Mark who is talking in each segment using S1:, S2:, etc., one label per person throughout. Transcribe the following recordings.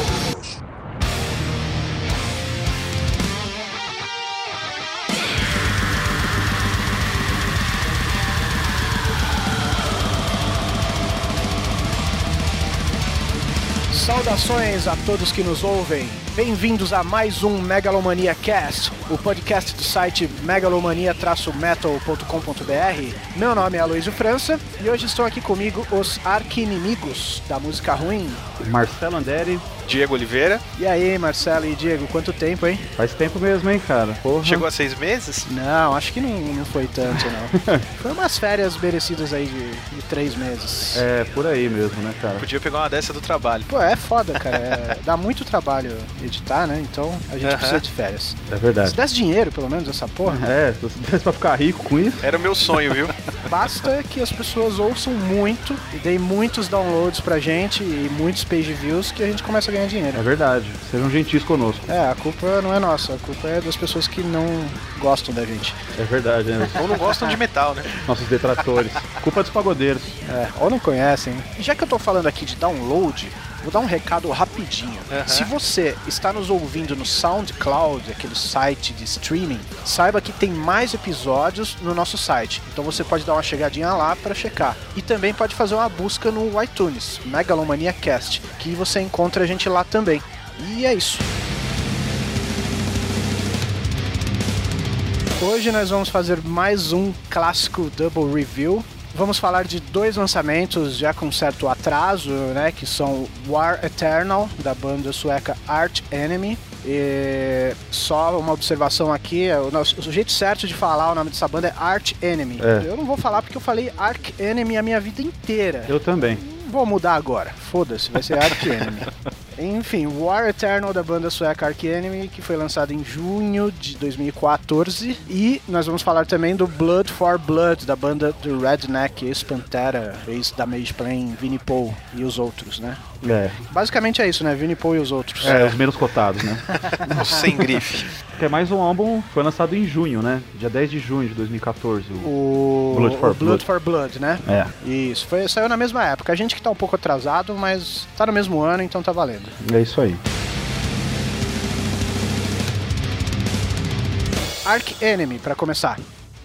S1: Megalomania Cast!
S2: Saudações a todos que nos ouvem. Bem-vindos a mais um Megalomania Cast, o podcast do site megalomania-metal.com.br. Meu nome é Aloysio França e hoje estão aqui comigo os arqui-inimigos da música ruim.
S3: Marcelo Anderi.
S4: Diego Oliveira.
S2: E aí, Marcelo e Diego, quanto tempo, hein?
S3: Faz tempo mesmo, hein, cara? Porra.
S4: Chegou a seis meses?
S2: Não, acho que não, não foi tanto, não. foi umas férias merecidas aí de, de três meses.
S3: É, por aí mesmo, né, cara?
S4: Podia pegar uma dessa do trabalho.
S2: Pô, é foda, cara. É- dá muito trabalho editar, né? Então a gente
S4: Aham.
S2: precisa de férias.
S3: É
S2: Se
S3: verdade.
S2: desse dinheiro, pelo menos, essa porra,
S3: É, se você desse pra ficar rico com isso.
S4: Era o meu sonho, viu?
S2: basta que as pessoas ouçam muito e deem muitos downloads pra gente e muitos page views que a gente começa a ganhar
S3: É
S2: dinheiro.
S3: verdade. Sejam gentis conosco.
S2: É, a culpa não é nossa, a culpa é das pessoas que não gostam da gente.
S3: É verdade, né?
S4: Ou não gostam de metal, né?
S3: Nossos detratores. Culpa dos pagodeiros.
S2: É, ou não conhecem. Já que eu tô falando aqui de download, vou dar um recado rapidinho.
S4: Aham.
S2: Se você está nos ouvindo no SoundCloud, aquele site de streaming, saiba que tem mais episódios no nosso site. Então você pode dar uma chegadinha lá para checar. E também pode fazer uma busca no iTunes, Megalomania Cast, que você encontra a gente lá também. E é isso. Hoje nós vamos fazer mais um clássico double review. Vamos falar de dois lançamentos já com certo atraso, né? Que são War Eternal, da banda sueca Art Enemy. E só uma observação aqui, é, o, nosso, o jeito certo de falar o nome dessa banda é Art Enemy.
S3: É.
S2: Eu não vou falar porque eu falei Arc Enemy a minha vida inteira.
S3: Eu também.
S2: Vou mudar agora. Foda-se, vai ser Arch Enemy. Enfim, War Eternal da banda sueca Arch Enemy, que foi lançado em junho de 2014. E nós vamos falar também do Blood for Blood, da banda do Redneck, ex-Pantera, ex da Mage Plain, Vinnie Paul e os outros, né?
S3: É.
S2: Basicamente é isso, né? Vinnie Paul e os outros.
S3: É, os menos cotados, né?
S4: Ou sem grife.
S3: Que é mais um álbum, foi lançado em junho, né? Dia 10 de junho de 2014. o-
S2: O
S3: Blood for
S2: o
S3: Blood.
S2: for Blood, né?
S3: É.
S2: Isso, foi, saiu na mesma época. A gente que tá um pouco atrasado, mas tá no mesmo ano, então tá valendo.
S3: É isso aí.
S2: Arc Enemy, pra começar.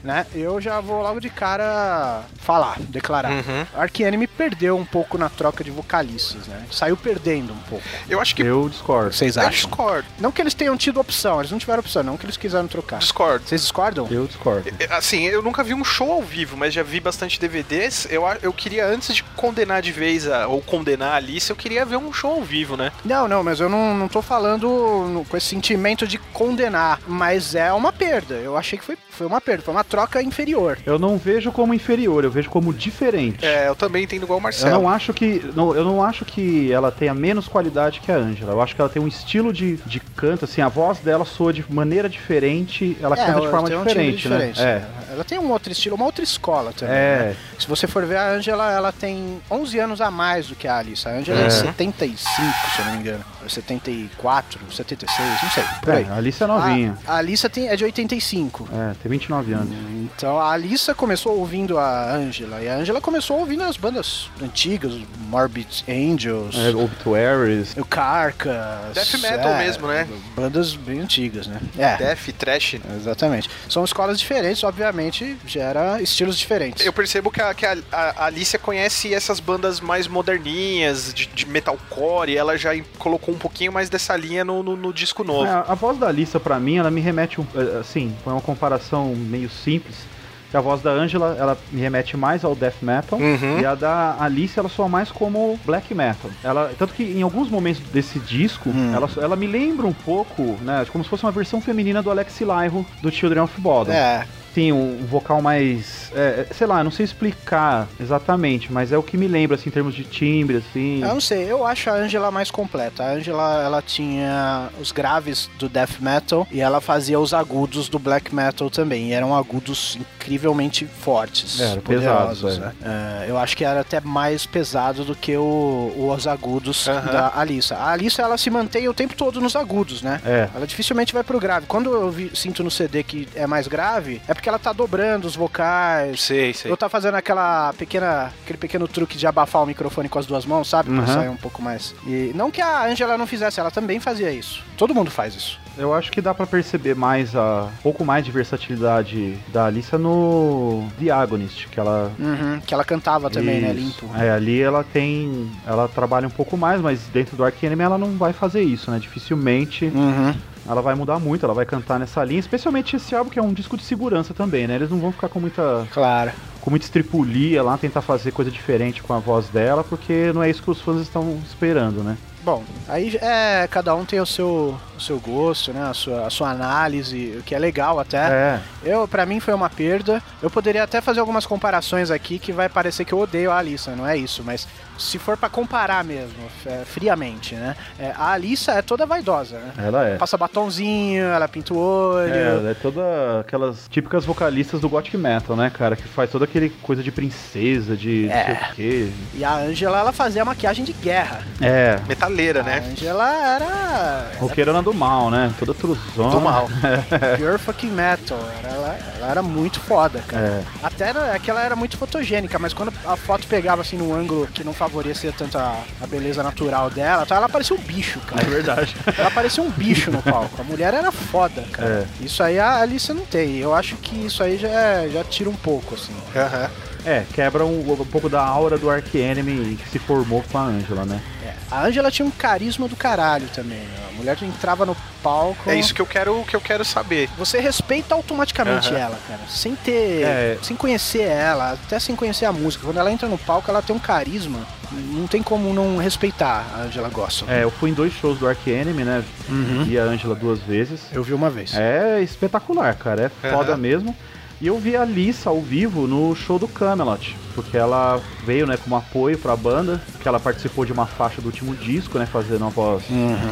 S2: Né? Eu já vou logo de cara falar, declarar.
S3: Uhum.
S2: Arc Enemy perdeu um pouco na troca de vocalistas, né? Saiu perdendo um pouco.
S4: Eu acho que.
S3: Eu discordo.
S2: Vocês
S4: Eu
S2: acham?
S4: discordo.
S2: Não que eles tenham tido opção, eles não tiveram opção, não que eles quiseram trocar.
S4: Discordo.
S2: Vocês discordam?
S3: Eu discordo.
S4: É, Assim, eu nunca vi um show ao vivo, mas já vi bastante DVDs. Eu, a- eu queria, antes de condenar de vez, a, ou condenar a Alice, eu queria ver um show ao vivo, né?
S2: Não, não, mas eu não, não tô falando no- com esse sentimento de condenar, mas é uma perda. Eu achei que foi, foi uma perda, foi uma troca inferior.
S3: Eu não vejo como inferior, eu vejo como diferente.
S4: É, eu também entendo igual o
S3: Eu
S4: Marcelo.
S3: não acho que. não, eu não acho que ela tenha menos qualidade que a Ângela. Eu acho que ela tem um estilo de, de canto, assim, a voz dela soa de maneira diferente, ela canta de
S2: ela
S3: forma
S2: tem um timbre
S3: diferente, né?
S2: diferente, Ela tem um outro estilo, uma outra escola
S3: É.
S2: também. né?
S3: É,
S2: Se você for ver a Angela, ela tem 11 anos a mais do que a Alice. A Angela é,
S3: É.
S2: de 75, se eu não me engano. Ou 74, 76, não sei. Por aí. Ah.
S3: é, a Alice é novinha.
S2: A, a Alissa tem, é de 85.
S3: É, tem 29 anos.
S2: Então a Alissa começou ouvindo a Angela. E a Angela começou ouvindo as bandas antigas, os Morbid Angels,
S3: É, obituaries.
S2: o Carcas.
S4: Death metal mesmo, né?
S2: Bandas bem antigas, né? É.
S4: Def, trash. né?
S2: Exatamente. São escolas diferentes, obviamente, gera estilos diferentes.
S4: Eu percebo que a, que a- a- a Alicia conhece essas bandas mais moderninhas, de, de metalcore, e ela já em- colocou um pouquinho mais dessa linha no, no- no disco novo.
S3: É, a voz da Alissa, pra mim, ela me remete, um- eh, assim, foi uma comparação meio simples. que A voz da Angela, ela me remete mais ao death metal.
S4: Uhum.
S3: E a da Alice, ela soa mais como black metal. Ela, tanto que em alguns momentos desse disco,
S2: Hum.
S3: ela, ela me lembra um pouco, né? Como se fosse uma versão feminina do Alex Lyro do Children of Bodom.
S2: É,
S3: Tem um vocal mais. é, é, sei lá, não sei explicar exatamente, mas é o que me lembra, assim, em termos de timbre, assim.
S2: Eu não sei, eu acho a Angela mais completa. A Angela, ela tinha os graves do death metal e ela fazia os agudos do black metal também. E eram agudos incrivelmente fortes.
S3: É, eram pesados,
S2: né? É, eu acho que era até mais pesado do que o- os agudos
S4: Aham.
S2: da Alissa. A Alissa, ela se mantém o tempo todo nos agudos, né?
S3: É.
S2: Ela dificilmente vai pro grave. Quando eu vi- sinto no CD que é mais grave, é porque porque ela tá dobrando os vocais.
S4: Sei, sei.
S2: Ou tá fazendo aquela pequena, aquele pequeno truque de abafar o microfone com as duas mãos, sabe? Pra
S3: Uhum.
S2: sair um pouco mais. E não que a Angela não fizesse, ela também fazia isso. Todo mundo faz isso.
S3: Eu acho que dá pra perceber mais a um pouco mais de versatilidade da Alissa no The Agonist, que ela
S2: Uhum, que ela cantava também, né?
S3: Isso.
S2: Limpo.
S3: É, ali ela tem, ela trabalha um pouco mais, mas dentro do Arcanime ela não vai fazer isso, né? Dificilmente
S2: Uhum.
S3: ela vai mudar muito, ela vai cantar nessa linha, especialmente esse álbum que é um disco de segurança também, né? Eles não vão ficar com muita
S2: Claro.
S3: com muita estripulia lá, tentar fazer coisa diferente com a voz dela, porque não é isso que os fãs estão esperando, né?
S2: Bom, aí é, cada um tem o seu, o seu gosto, né? A sua, a sua análise, o que é legal até.
S3: É.
S2: Eu, para mim foi uma perda. Eu poderia até fazer algumas comparações aqui que vai parecer que eu odeio a Alissa, não é isso, mas se for pra comparar mesmo, é, friamente, né? É, a Alissa é toda vaidosa, né?
S3: Ela é.
S2: Passa batonzinho, ela pinta o olho.
S3: É, ela é toda aquelas típicas vocalistas do Gothic Metal, né, cara? Que faz toda aquele coisa de princesa, de
S2: É.
S3: não sei o
S2: E a Angela, ela fazia maquiagem de guerra.
S3: quê. É,
S4: Metaleira,
S2: A
S4: né?
S2: Angela era.
S3: roqueirona do mal, né? Toda truzona.
S4: Do mal.
S2: Pure fucking metal. Era- Ela, ela era muito foda, cara.
S3: É.
S2: Até era, é que ela era muito fotogênica, mas quando a foto pegava assim num ângulo que não favorecia tanto a, a beleza natural dela, tá, ela parecia um bicho, cara.
S3: É verdade.
S2: Ela parecia um bicho no palco. A mulher era foda, cara. Isso aí a Alice não tem. Eu acho que isso aí já, já tira um pouco, assim.
S4: Aham.
S3: é, quebra um, um pouco da aura do Arcanime que se formou com a Angela, né?
S2: É. A Angela tinha um carisma do caralho também. né? A mulher entrava no palco.
S4: É isso que eu quero, que eu quero saber.
S2: Você respeita automaticamente
S4: Aham.
S2: ela, cara. Sem ter.
S3: É.
S2: Sem conhecer ela, até sem conhecer a música. Quando ela entra no palco, ela tem um carisma. Não tem como não respeitar a Angela Gosson.
S3: É, eu fui em dois shows do Arcanime, né? Vi a Angela duas vezes.
S2: Uhum. Eu vi uma vez.
S3: É espetacular, cara. É foda
S4: Aham.
S3: mesmo. E eu vi a Lissa ao vivo no show do Camelot, porque ela veio, né, como apoio pra banda, que ela participou de uma faixa do último disco, né, fazendo uma voz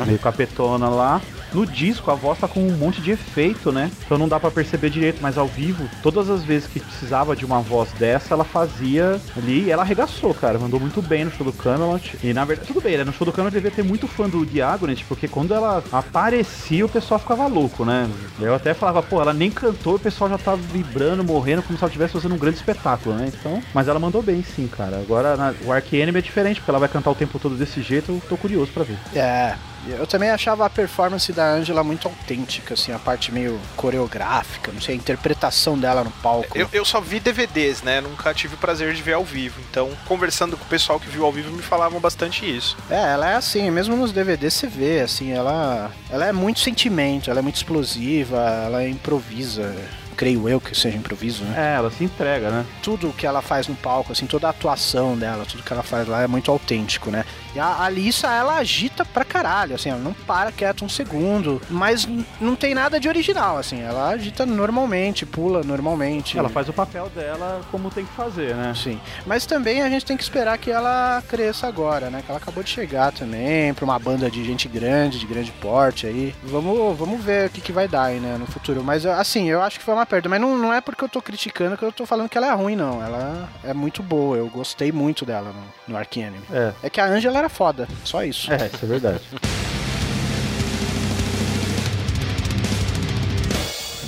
S3: meio capetona lá. No disco a voz tá com um monte de efeito, né? Então não dá pra perceber direito, mas ao vivo, todas as vezes que precisava de uma voz dessa, ela fazia ali e ela arregaçou, cara. Mandou muito bem no show do Camelot. E na verdade, tudo bem, né? No show do Camelot devia ter muito fã do Diagonist, porque quando ela aparecia, o pessoal ficava louco, né? Eu até falava, pô, ela nem cantou, o pessoal já tava vibrando, morrendo, como se ela estivesse fazendo um grande espetáculo, né? Então, mas ela mandou bem sim, cara. Agora na- o Arc Enemy é diferente, porque ela vai cantar o tempo todo desse jeito, eu tô curioso pra ver.
S2: É, eu também achava a performance da Angela muito autêntica, assim, a parte meio coreográfica, não sei, a interpretação dela no palco.
S4: Eu, eu só vi DVDs, né? Nunca tive o prazer de ver ao vivo. Então, conversando com o pessoal que viu ao vivo, me falavam bastante isso.
S2: É, ela é assim, mesmo nos DVDs você vê, assim, ela, ela é muito sentimento, ela é muito explosiva, ela improvisa, creio eu que seja improviso, né?
S3: É, ela se entrega, né?
S2: Tudo que ela faz no palco, assim, toda a atuação dela, tudo que ela faz lá é muito autêntico, né? E a Alissa, ela agita pra caralho, assim, ela não para quieto um segundo, mas n- não tem nada de original, assim, ela agita normalmente, pula normalmente.
S3: Ela faz o papel dela como tem que fazer, né?
S2: Sim. Mas também a gente tem que esperar que ela cresça agora, né? Que ela acabou de chegar também pra uma banda de gente grande, de grande porte aí. Vamos, vamos ver o que, que vai dar aí, né? No futuro. Mas assim, eu acho que foi uma perda. Mas não, não é porque eu tô criticando que eu tô falando que ela é ruim, não. Ela é muito boa. Eu gostei muito dela no, no Arcanime.
S3: É.
S2: É que a Angela era foda. Só isso.
S3: É, isso é verdade.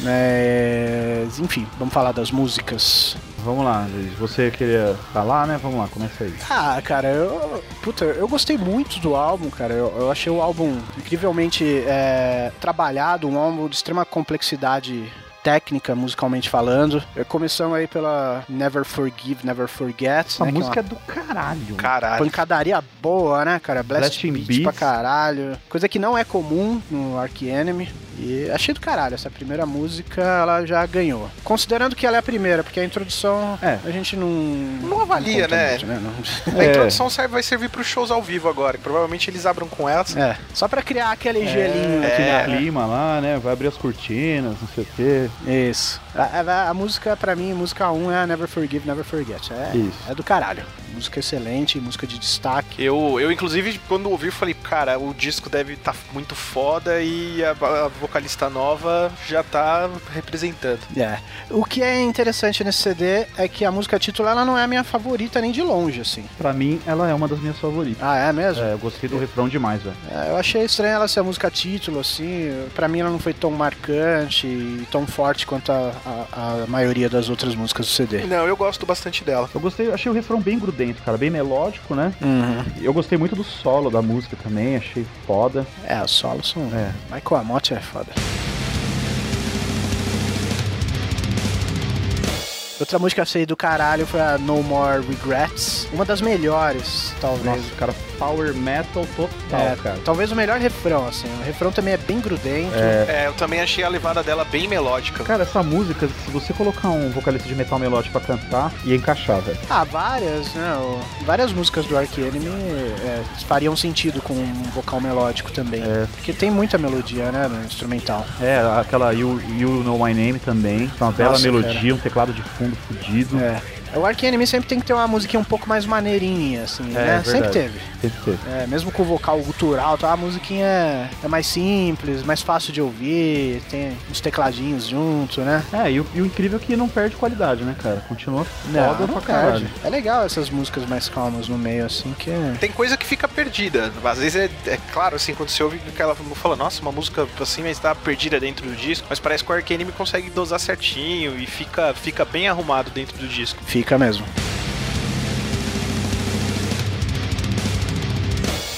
S2: Mas, enfim, vamos falar das músicas.
S3: Vamos lá, Luiz. Você queria falar, né? Vamos lá, começa aí.
S2: Ah, cara, eu. Puta, eu gostei muito do álbum, cara. Eu, eu achei o álbum incrivelmente é, trabalhado, um álbum de extrema complexidade técnica, musicalmente falando. Eu- Começamos aí pela Never Forgive, Never Forget.
S3: Essa
S2: né, que é uma
S3: música é, do caralho.
S4: Caralho.
S2: Pancadaria boa, né, cara? Blast,
S3: Blast in
S2: beat
S3: Beats.
S2: pra caralho. Coisa que não é comum no Arc Enemy. E achei do caralho. Essa primeira música, ela já ganhou. Considerando que ela é a primeira, porque a introdução
S3: É.
S2: a gente não... Não
S4: avalia,
S2: conta
S4: né?
S2: muito, Não-
S4: A
S3: É.
S4: introdução sai- vai servir pros shows ao vivo agora. que Provavelmente eles abram com ela.
S2: É, só pra criar aquele gelinho.
S3: É,
S2: aqui,
S3: aquele
S4: É.
S3: clima lá, né? Vai abrir as cortinas, não sei o quê.
S2: né? Isso. A, a- a música, pra mim, música 1 é a Never Forgive, Never Forget. É,
S3: Isso.
S2: é do caralho. Música excelente, música de destaque.
S4: Eu, eu, inclusive, quando ouvi, falei, cara, o disco deve estar muito foda tá e a, a vocalista nova já tá representando.
S2: É. O que é interessante nesse CD é que a música título ela não é a minha favorita nem de longe, assim.
S3: Pra mim, ela é uma das minhas favoritas.
S2: Ah, é mesmo?
S3: É, eu gostei do refrão demais, velho.
S2: É, eu achei estranho ela ser a música título, assim. Pra mim ela não foi tão marcante e tão forte quanto a, a, a maioria das outras músicas do CD.
S4: Não, eu gosto bastante dela.
S3: Eu gostei, achei o refrão bem grudento, cara, bem melódico, né?
S2: Uhum.
S3: Eu gostei muito do solo da música também, achei foda.
S2: É, os solos são.
S3: É.
S2: Michael Amott é foda. Outra música que eu sei do caralho foi a No More Regrets. Uma das melhores, talvez.
S3: Nossa, cara, power metal total,
S2: É,
S3: cara.
S2: Talvez o melhor refrão, assim. O refrão também é bem grudento.
S4: É, eu também achei a levada dela bem melódica.
S3: Cara, essa música, se você colocar um vocalista de metal melódico pra cantar, ia encaixar, velho.
S2: Ah, várias, né? o- Várias músicas do Ark Enemy é, fariam sentido com um vocal melódico também.
S3: É.
S2: Porque tem muita melodia, né, no instrumental.
S3: É, aquela You, you Know My Name também. é Uma bela
S2: Nossa,
S3: melodia,
S2: cara.
S3: um teclado de fundo fudido.
S2: É. O Ark Enemy sempre tem que ter uma musiquinha um pouco mais maneirinha, assim, né?
S3: É, verdade.
S2: Sempre teve.
S3: Sempre teve.
S2: É, mesmo com o vocal gutural, tá? a musiquinha é- é mais simples, mais fácil de ouvir, tem uns tecladinhos junto, né?
S3: É, e o, e o incrível é que não perde qualidade, né, cara? Continua foda pra caralho.
S2: É legal essas músicas mais calmas no meio, assim, que é.
S4: Tem coisa que fica perdida. Às vezes é, é claro, assim, quando você ouve que ela fala, nossa, uma música assim, mas tá perdida dentro do disco. Mas parece que o Arcanime consegue dosar certinho e fica, fica bem arrumado dentro do disco.
S2: Fica mesmo.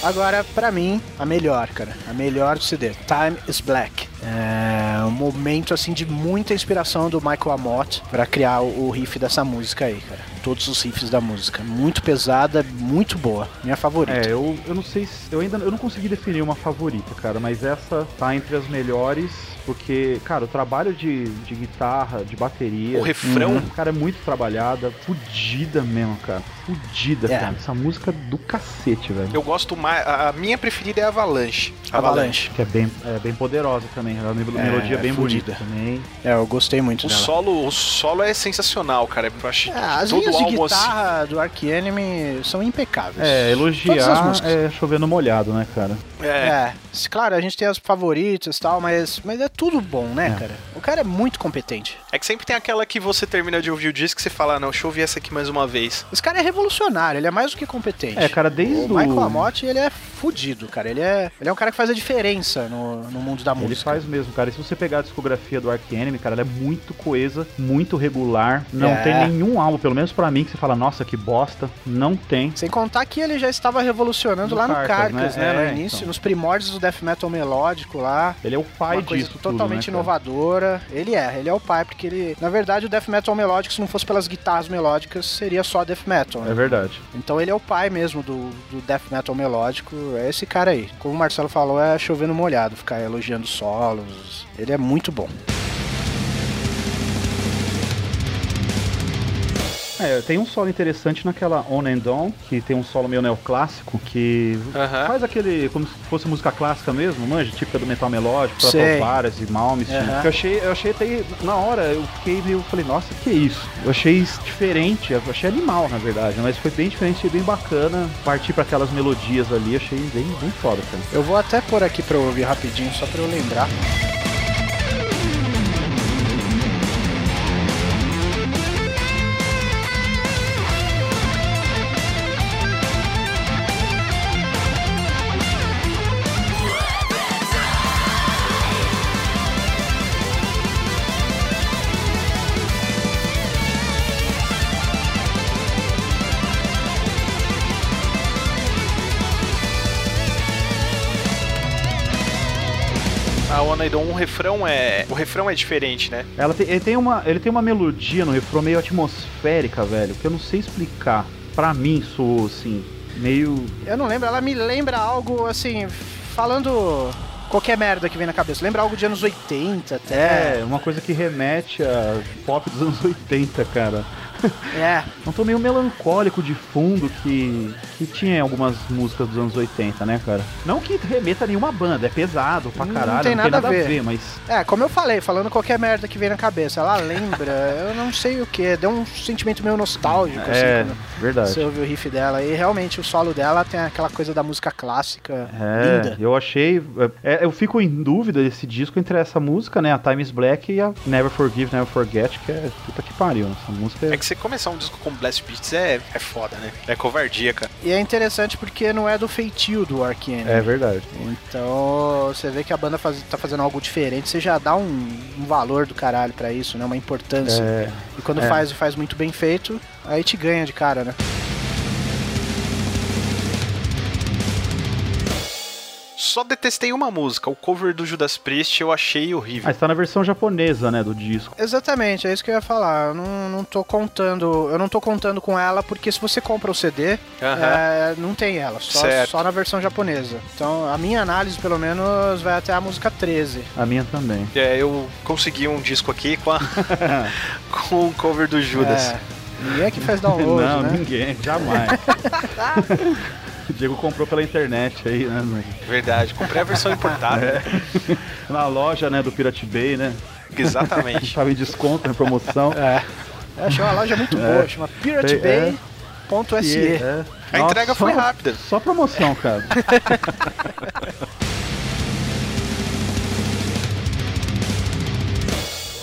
S2: Agora, pra mim, a melhor, cara. A melhor do CD. Time is Black. É um momento, assim, de muita inspiração do Michael Amott pra criar o o riff dessa música aí, cara. Todos os riffs da música. Muito pesada, muito boa. Minha favorita.
S3: É, eu, eu não sei se. Eu ainda eu não consegui definir uma favorita, cara, mas essa tá entre as melhores, porque, cara, o trabalho de, de guitarra, de bateria.
S4: O refrão.
S3: Cara, é muito trabalhada, fudida mesmo, cara. Fudida,
S2: É.
S3: cara. Essa música do cacete, velho.
S4: Eu gosto mais. A a minha preferida é Avalanche.
S2: Avalanche.
S3: Que é bem, é bem poderosa também, é uma mel-
S2: É,
S3: melodia
S2: é
S3: bem
S2: fudida.
S3: bonita também.
S2: É, eu gostei muito
S4: O
S2: dela.
S4: solo, o solo é sensacional, cara. Eu acho
S2: É,
S4: que
S2: as
S4: todo
S2: linhas de
S4: álbum assim.
S2: guitarra do Ark Enemy são impecáveis.
S3: É,
S2: Todas as
S3: elogiar
S2: músicas.
S3: é chovendo molhado, né, cara?
S4: É,
S2: É, se- claro, a gente tem as favoritas e tal, mas, mas é tudo bom, né,
S3: É.
S2: cara? O cara é muito competente.
S4: é que sempre tem aquela que você termina de ouvir o disco e você fala, "Ah, não, deixa eu ouvir essa aqui mais uma vez.
S2: Esse cara é revolucionário, ele é mais do que competente.
S3: É, cara, desde
S2: O
S3: o.
S2: Michael Amott, ele é fudido, cara. Ele é, ele é um cara que faz a diferença no, no mundo da
S3: Ele
S2: música.
S3: faz mesmo, cara. E se você pegar a discografia do Ark Enemy, cara, ela é muito coesa, muito regular. Não
S2: É.
S3: tem nenhum álbum, pelo menos pra mim, que você fala, nossa, que bosta. Não tem.
S2: Sem contar que ele já estava revolucionando
S3: No
S2: lá no
S3: Carcass,
S2: Carcass, né?
S3: né? É,
S2: no início,
S3: então.
S2: nos primórdios do death metal melódico lá.
S3: Ele é o pai
S2: Uma coisa
S3: disso. tudo,
S2: totalmente
S3: né, cara?
S2: inovadora. Ele é, ele é o pai, porque ele. Na verdade, o death metal melódico, se não fosse pelas guitarras melódicas, seria só death metal. né?
S3: É verdade.
S2: Então ele é o pai mesmo do, do death metal melódico, é esse cara aí. Como o Marcelo falou, é chovendo molhado, ficar elogiando solos. Ele é muito bom.
S3: É, tem um solo interessante naquela On and On, que tem um solo meio neoclássico, que
S2: É.
S4: Aham.
S3: faz aquele, como se fosse música clássica mesmo, manja, típica do metal melódico,
S2: Sei.
S3: Stratovarius e Malmsteen.
S2: Aham.
S3: Que Eu achei, eu achei até, na hora, eu fiquei meio, falei, nossa, que é isso? Eu achei isso diferente, eu achei animal, na verdade, mas foi bem diferente, achei bem bacana, partir pra aquelas melodias ali, achei bem, bem foda, cara.
S2: Eu vou até pôr aqui pra eu ouvir rapidinho, só pra eu lembrar.
S4: A Onaidon, um refrão é. O refrão é diferente, né?
S3: Ela tem- ele, tem uma, ele tem uma melodia no refrão meio atmosférica, velho, que eu não sei explicar. Pra mim, soou, assim, meio...
S2: Eu não lembro, ela me lembra algo assim, falando qualquer merda que vem na cabeça. Lembra algo de anos 80 até.
S3: É, uma coisa que remete a pop dos anos 80, cara.
S2: É.
S3: É um tom meio melancólico de fundo que, que tinha algumas músicas dos anos 80, né, cara? Não que remeta a nenhuma banda, é pesado pra
S2: Não
S3: caralho,
S2: tem nada a ver.
S3: mas.
S2: É, como eu falei, falando qualquer merda que vem na cabeça. Ela lembra, eu não sei o que. Deu um sentimento meio nostálgico,
S3: É,
S2: assim, quando
S3: verdade.
S2: você ouve o riff dela. E realmente o solo dela tem aquela coisa da música clássica
S3: É,
S2: linda.
S3: eu achei. é, eu fico em dúvida desse disco entre essa música, né? A Times Black e a Never Forgive, Never Forget, que é puta que pariu. né, Essa música
S4: É
S3: é.
S4: que você começar um disco com Blast Beats é, é foda, né? É covardia, cara.
S2: E é interessante porque não é do feitio do Arcane.
S3: É verdade.
S2: Então você vê que a banda faz- tá fazendo algo diferente, você já dá um, um valor do caralho pra isso, né? Uma importância.
S3: É,
S2: E quando
S3: É.
S2: faz e faz muito bem feito, aí te ganha de cara, né?
S4: Só detestei uma música, o cover do Judas Priest eu achei horrível.
S3: mas tá na versão japonesa, né? Do disco.
S2: Exatamente, é isso que eu ia falar. Eu não, não tô contando. Eu não tô contando com ela, porque se você compra o CD,
S4: Aham.
S2: é, não tem ela, só,
S4: Certo.
S2: só na versão japonesa. Então a minha análise, pelo menos, vai até a música 13.
S3: A minha também.
S4: É, eu consegui um disco aqui com, a- com o cover do Judas.
S2: É, ninguém que faz download,
S3: não,
S2: né?
S3: ninguém, jamais. o Diego comprou pela internet aí, né?
S2: É.
S3: no-
S4: Verdade, comprei a versão importada. né?
S3: Na loja, né, do Pirate Bay, né? A gente
S4: Exatamente.
S3: tava em desconto, em promoção.
S2: É. Eu achei uma loja muito boa, chama
S3: É.
S2: piratebay.se.
S3: E, é.
S4: A entrega foi
S3: só-
S4: rápida.
S3: Só promoção, cara.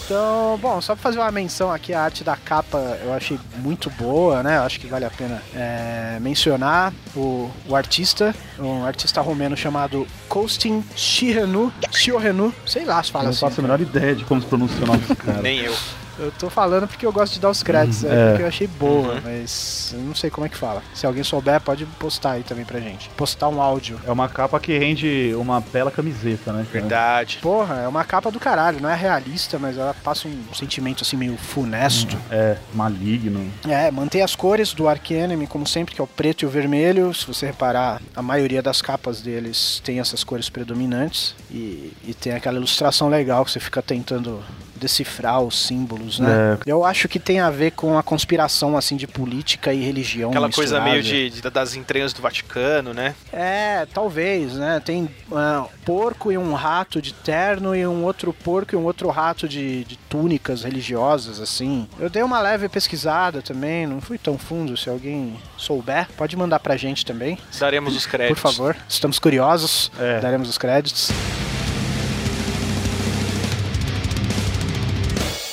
S2: Então, bom, só pra fazer uma menção aqui, a arte da capa eu achei muito boa, né? Eu acho que vale a pena é, mencionar o, o artista, um artista romeno chamado Kostin Shirenu, Shirenu, sei lá se fala
S3: não
S2: assim.
S3: faço a menor ideia de como se pronuncia o nome do cara.
S4: Nem eu.
S2: Eu tô falando porque eu gosto de dar os créditos, aí,
S3: é.
S2: porque eu achei boa, mas eu não sei como é que fala. Se alguém souber, pode postar aí também pra gente. Postar um áudio.
S3: É uma capa que rende uma bela camiseta, né? cara?
S4: Verdade.
S2: Porra, é uma capa do caralho, não é realista, mas ela passa um sentimento assim meio funesto.
S3: É, maligno.
S2: É, manter as cores do Arcanemy, como sempre, que é o preto e o vermelho. Se você reparar, a maioria das capas deles tem essas cores predominantes. E, e tem aquela ilustração legal que você fica tentando decifrar os símbolos, né? Eu acho que tem a ver com a conspiração, assim, de política e religião
S4: Aquela coisa meio
S2: misturada.
S4: de, de- das entranhas do Vaticano, né?
S2: É, talvez, né? Tem ah, porco e um rato de terno e um outro porco e um outro rato de, de túnicas religiosas, assim. Eu dei uma leve pesquisada também, não fui tão fundo. Se alguém souber, pode mandar pra gente também,
S4: Daremos os
S2: por
S4: créditos.
S2: favor. Estamos curiosos,
S3: É.
S2: daremos os créditos.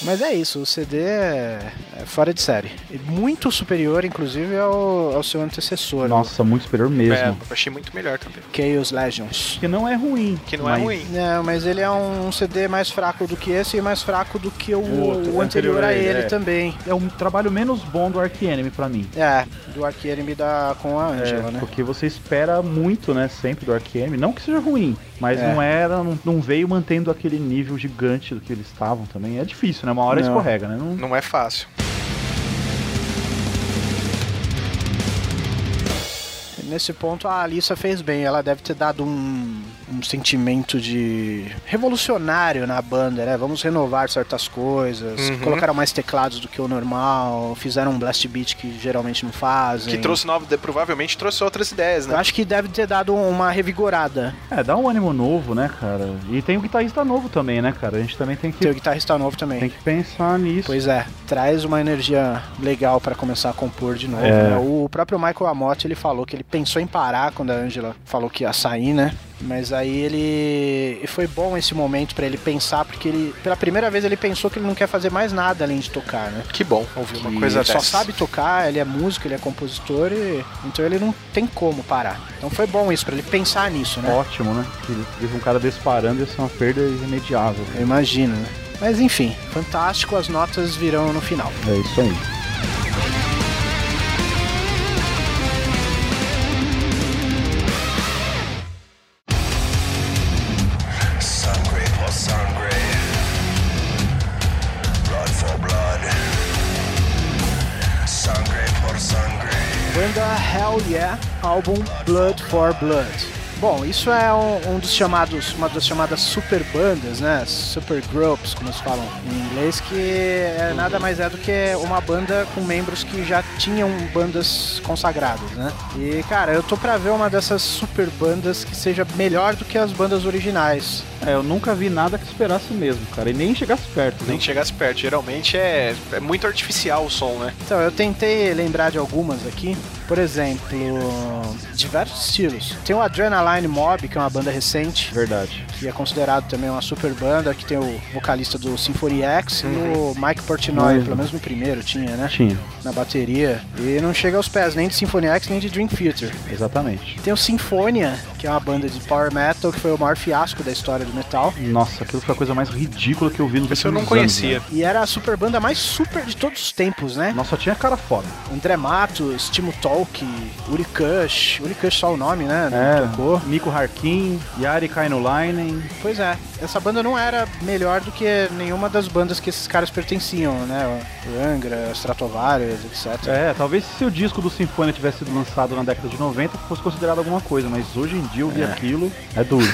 S2: Mas é isso, o CD é é fora de série. E Muito superior, inclusive, ao, ao seu antecessor,
S3: Nossa, muito superior
S4: É,
S3: mesmo.
S4: eu achei muito melhor também.
S2: Chaos Legends.
S3: Que não é ruim.
S4: Que não
S3: mas-
S4: é ruim.
S2: Não, mas ele é um CD mais fraco do que esse e mais fraco do que o,
S3: O outro,
S2: o anterior, a ele
S3: é.
S2: também.
S3: É um trabalho menos bom do Ark Enemy pra mim.
S2: É, do Arquierme da com a Angela,
S3: É,
S2: né?
S3: Porque você espera muito, né, sempre do Arkham. Não que seja ruim, mas
S2: É.
S3: não era, não, não veio mantendo aquele nível gigante do que eles estavam também. É difícil, né? Uma hora
S2: Não.
S3: escorrega, né? Não-
S4: Não é fácil.
S2: Nesse ponto a Alissa fez bem, ela deve ter dado um, um sentimento de revolucionário na banda, né? Vamos renovar certas coisas,
S4: Uhum.
S2: colocaram mais teclados do que o normal, fizeram um blast beat que geralmente não fazem.
S4: Que trouxe novos, provavelmente trouxe outras ideias,
S2: Eu
S4: né?
S2: acho que deve ter dado uma revigorada.
S3: É, dá um ânimo novo, né, cara? E tem o guitarrista novo também, né, cara? A gente também tem
S2: Tem o
S3: que,
S2: guitarrista novo também.
S3: tem que pensar nisso.
S2: Pois é, traz uma energia legal pra começar a compor de novo.
S3: É.
S2: né? O próprio Michael Amott ele falou que ele pensou em parar quando a Angela falou que ia sair, né? Mas aí ele e foi bom esse momento pra ele pensar porque ele pela primeira vez ele pensou que ele não quer fazer mais nada além de tocar, né?
S4: Que bom ouvir
S2: Que
S4: uma coisa
S2: ele só
S4: dessa.
S2: sabe tocar, ele é músico, ele é compositor, e... então ele não tem como parar. Então foi bom isso pra ele pensar nisso, né?
S3: Ótimo, né? Que teve um cara disparando ia ser uma perda irremediável.
S2: Eu imagino, né? Mas enfim, fantástico, as notas virão no final.
S3: É isso aí.
S1: Sangre por sangre, blood for blood, sangre por sangre.
S2: Banda Hell Yeah, álbum Blood for Blood. Bom, isso é um, um dos chamados, uma das chamadas super bandas, né? Super groups, como eles falam em inglês, que é nada mais é do que uma banda com membros que já tinham bandas consagradas, né? E cara, eu tô pra ver uma dessas super bandas que seja melhor do que as bandas originais.
S3: É, eu nunca vi nada que esperasse mesmo, cara. E nem chegasse perto,
S4: Nem
S3: né?
S4: que chegasse perto. Geralmente é, é muito artificial o som, né?
S2: Então, eu tentei lembrar de algumas aqui. Por exemplo, diversos estilos. Tem o Adrenaline Mob, que é uma banda recente,
S3: Verdade.
S2: que é considerado também uma super banda, que tem o vocalista do Symphony X e o Mike Portnoy,
S3: Uhum.
S2: pelo menos no primeiro tinha, né?
S3: Tinha,
S2: Na bateria. E não chega aos pés nem de Symphony X, nem de Dream Theater.
S3: exatamente.
S2: Tem o Sinfonia, que é uma banda de power metal, que foi o maior fiasco da história do metal.
S3: Nossa, aquilo foi a coisa mais ridícula que eu vi nos
S4: Esse eu não
S3: últimos anos,
S4: conhecia.
S3: né?
S2: E era a super banda mais super de todos os tempos, né?
S3: Nossa, só tinha cara foda.
S2: André Matos, Timo Tolk, Uri Kush. Uri Kush só o nome, né?
S3: É.
S2: Não tocou.
S3: Nico Harkin, Yari Kainulainen.
S2: Pois é, essa banda não era melhor do que nenhuma das bandas que esses caras pertenciam, né? O Angra, Stratovarius, etc.
S3: É, talvez se o disco do Sinfonia tivesse sido lançado na década de 90, fosse considerado alguma coisa, mas hoje em dia eu vi aquilo, é duro.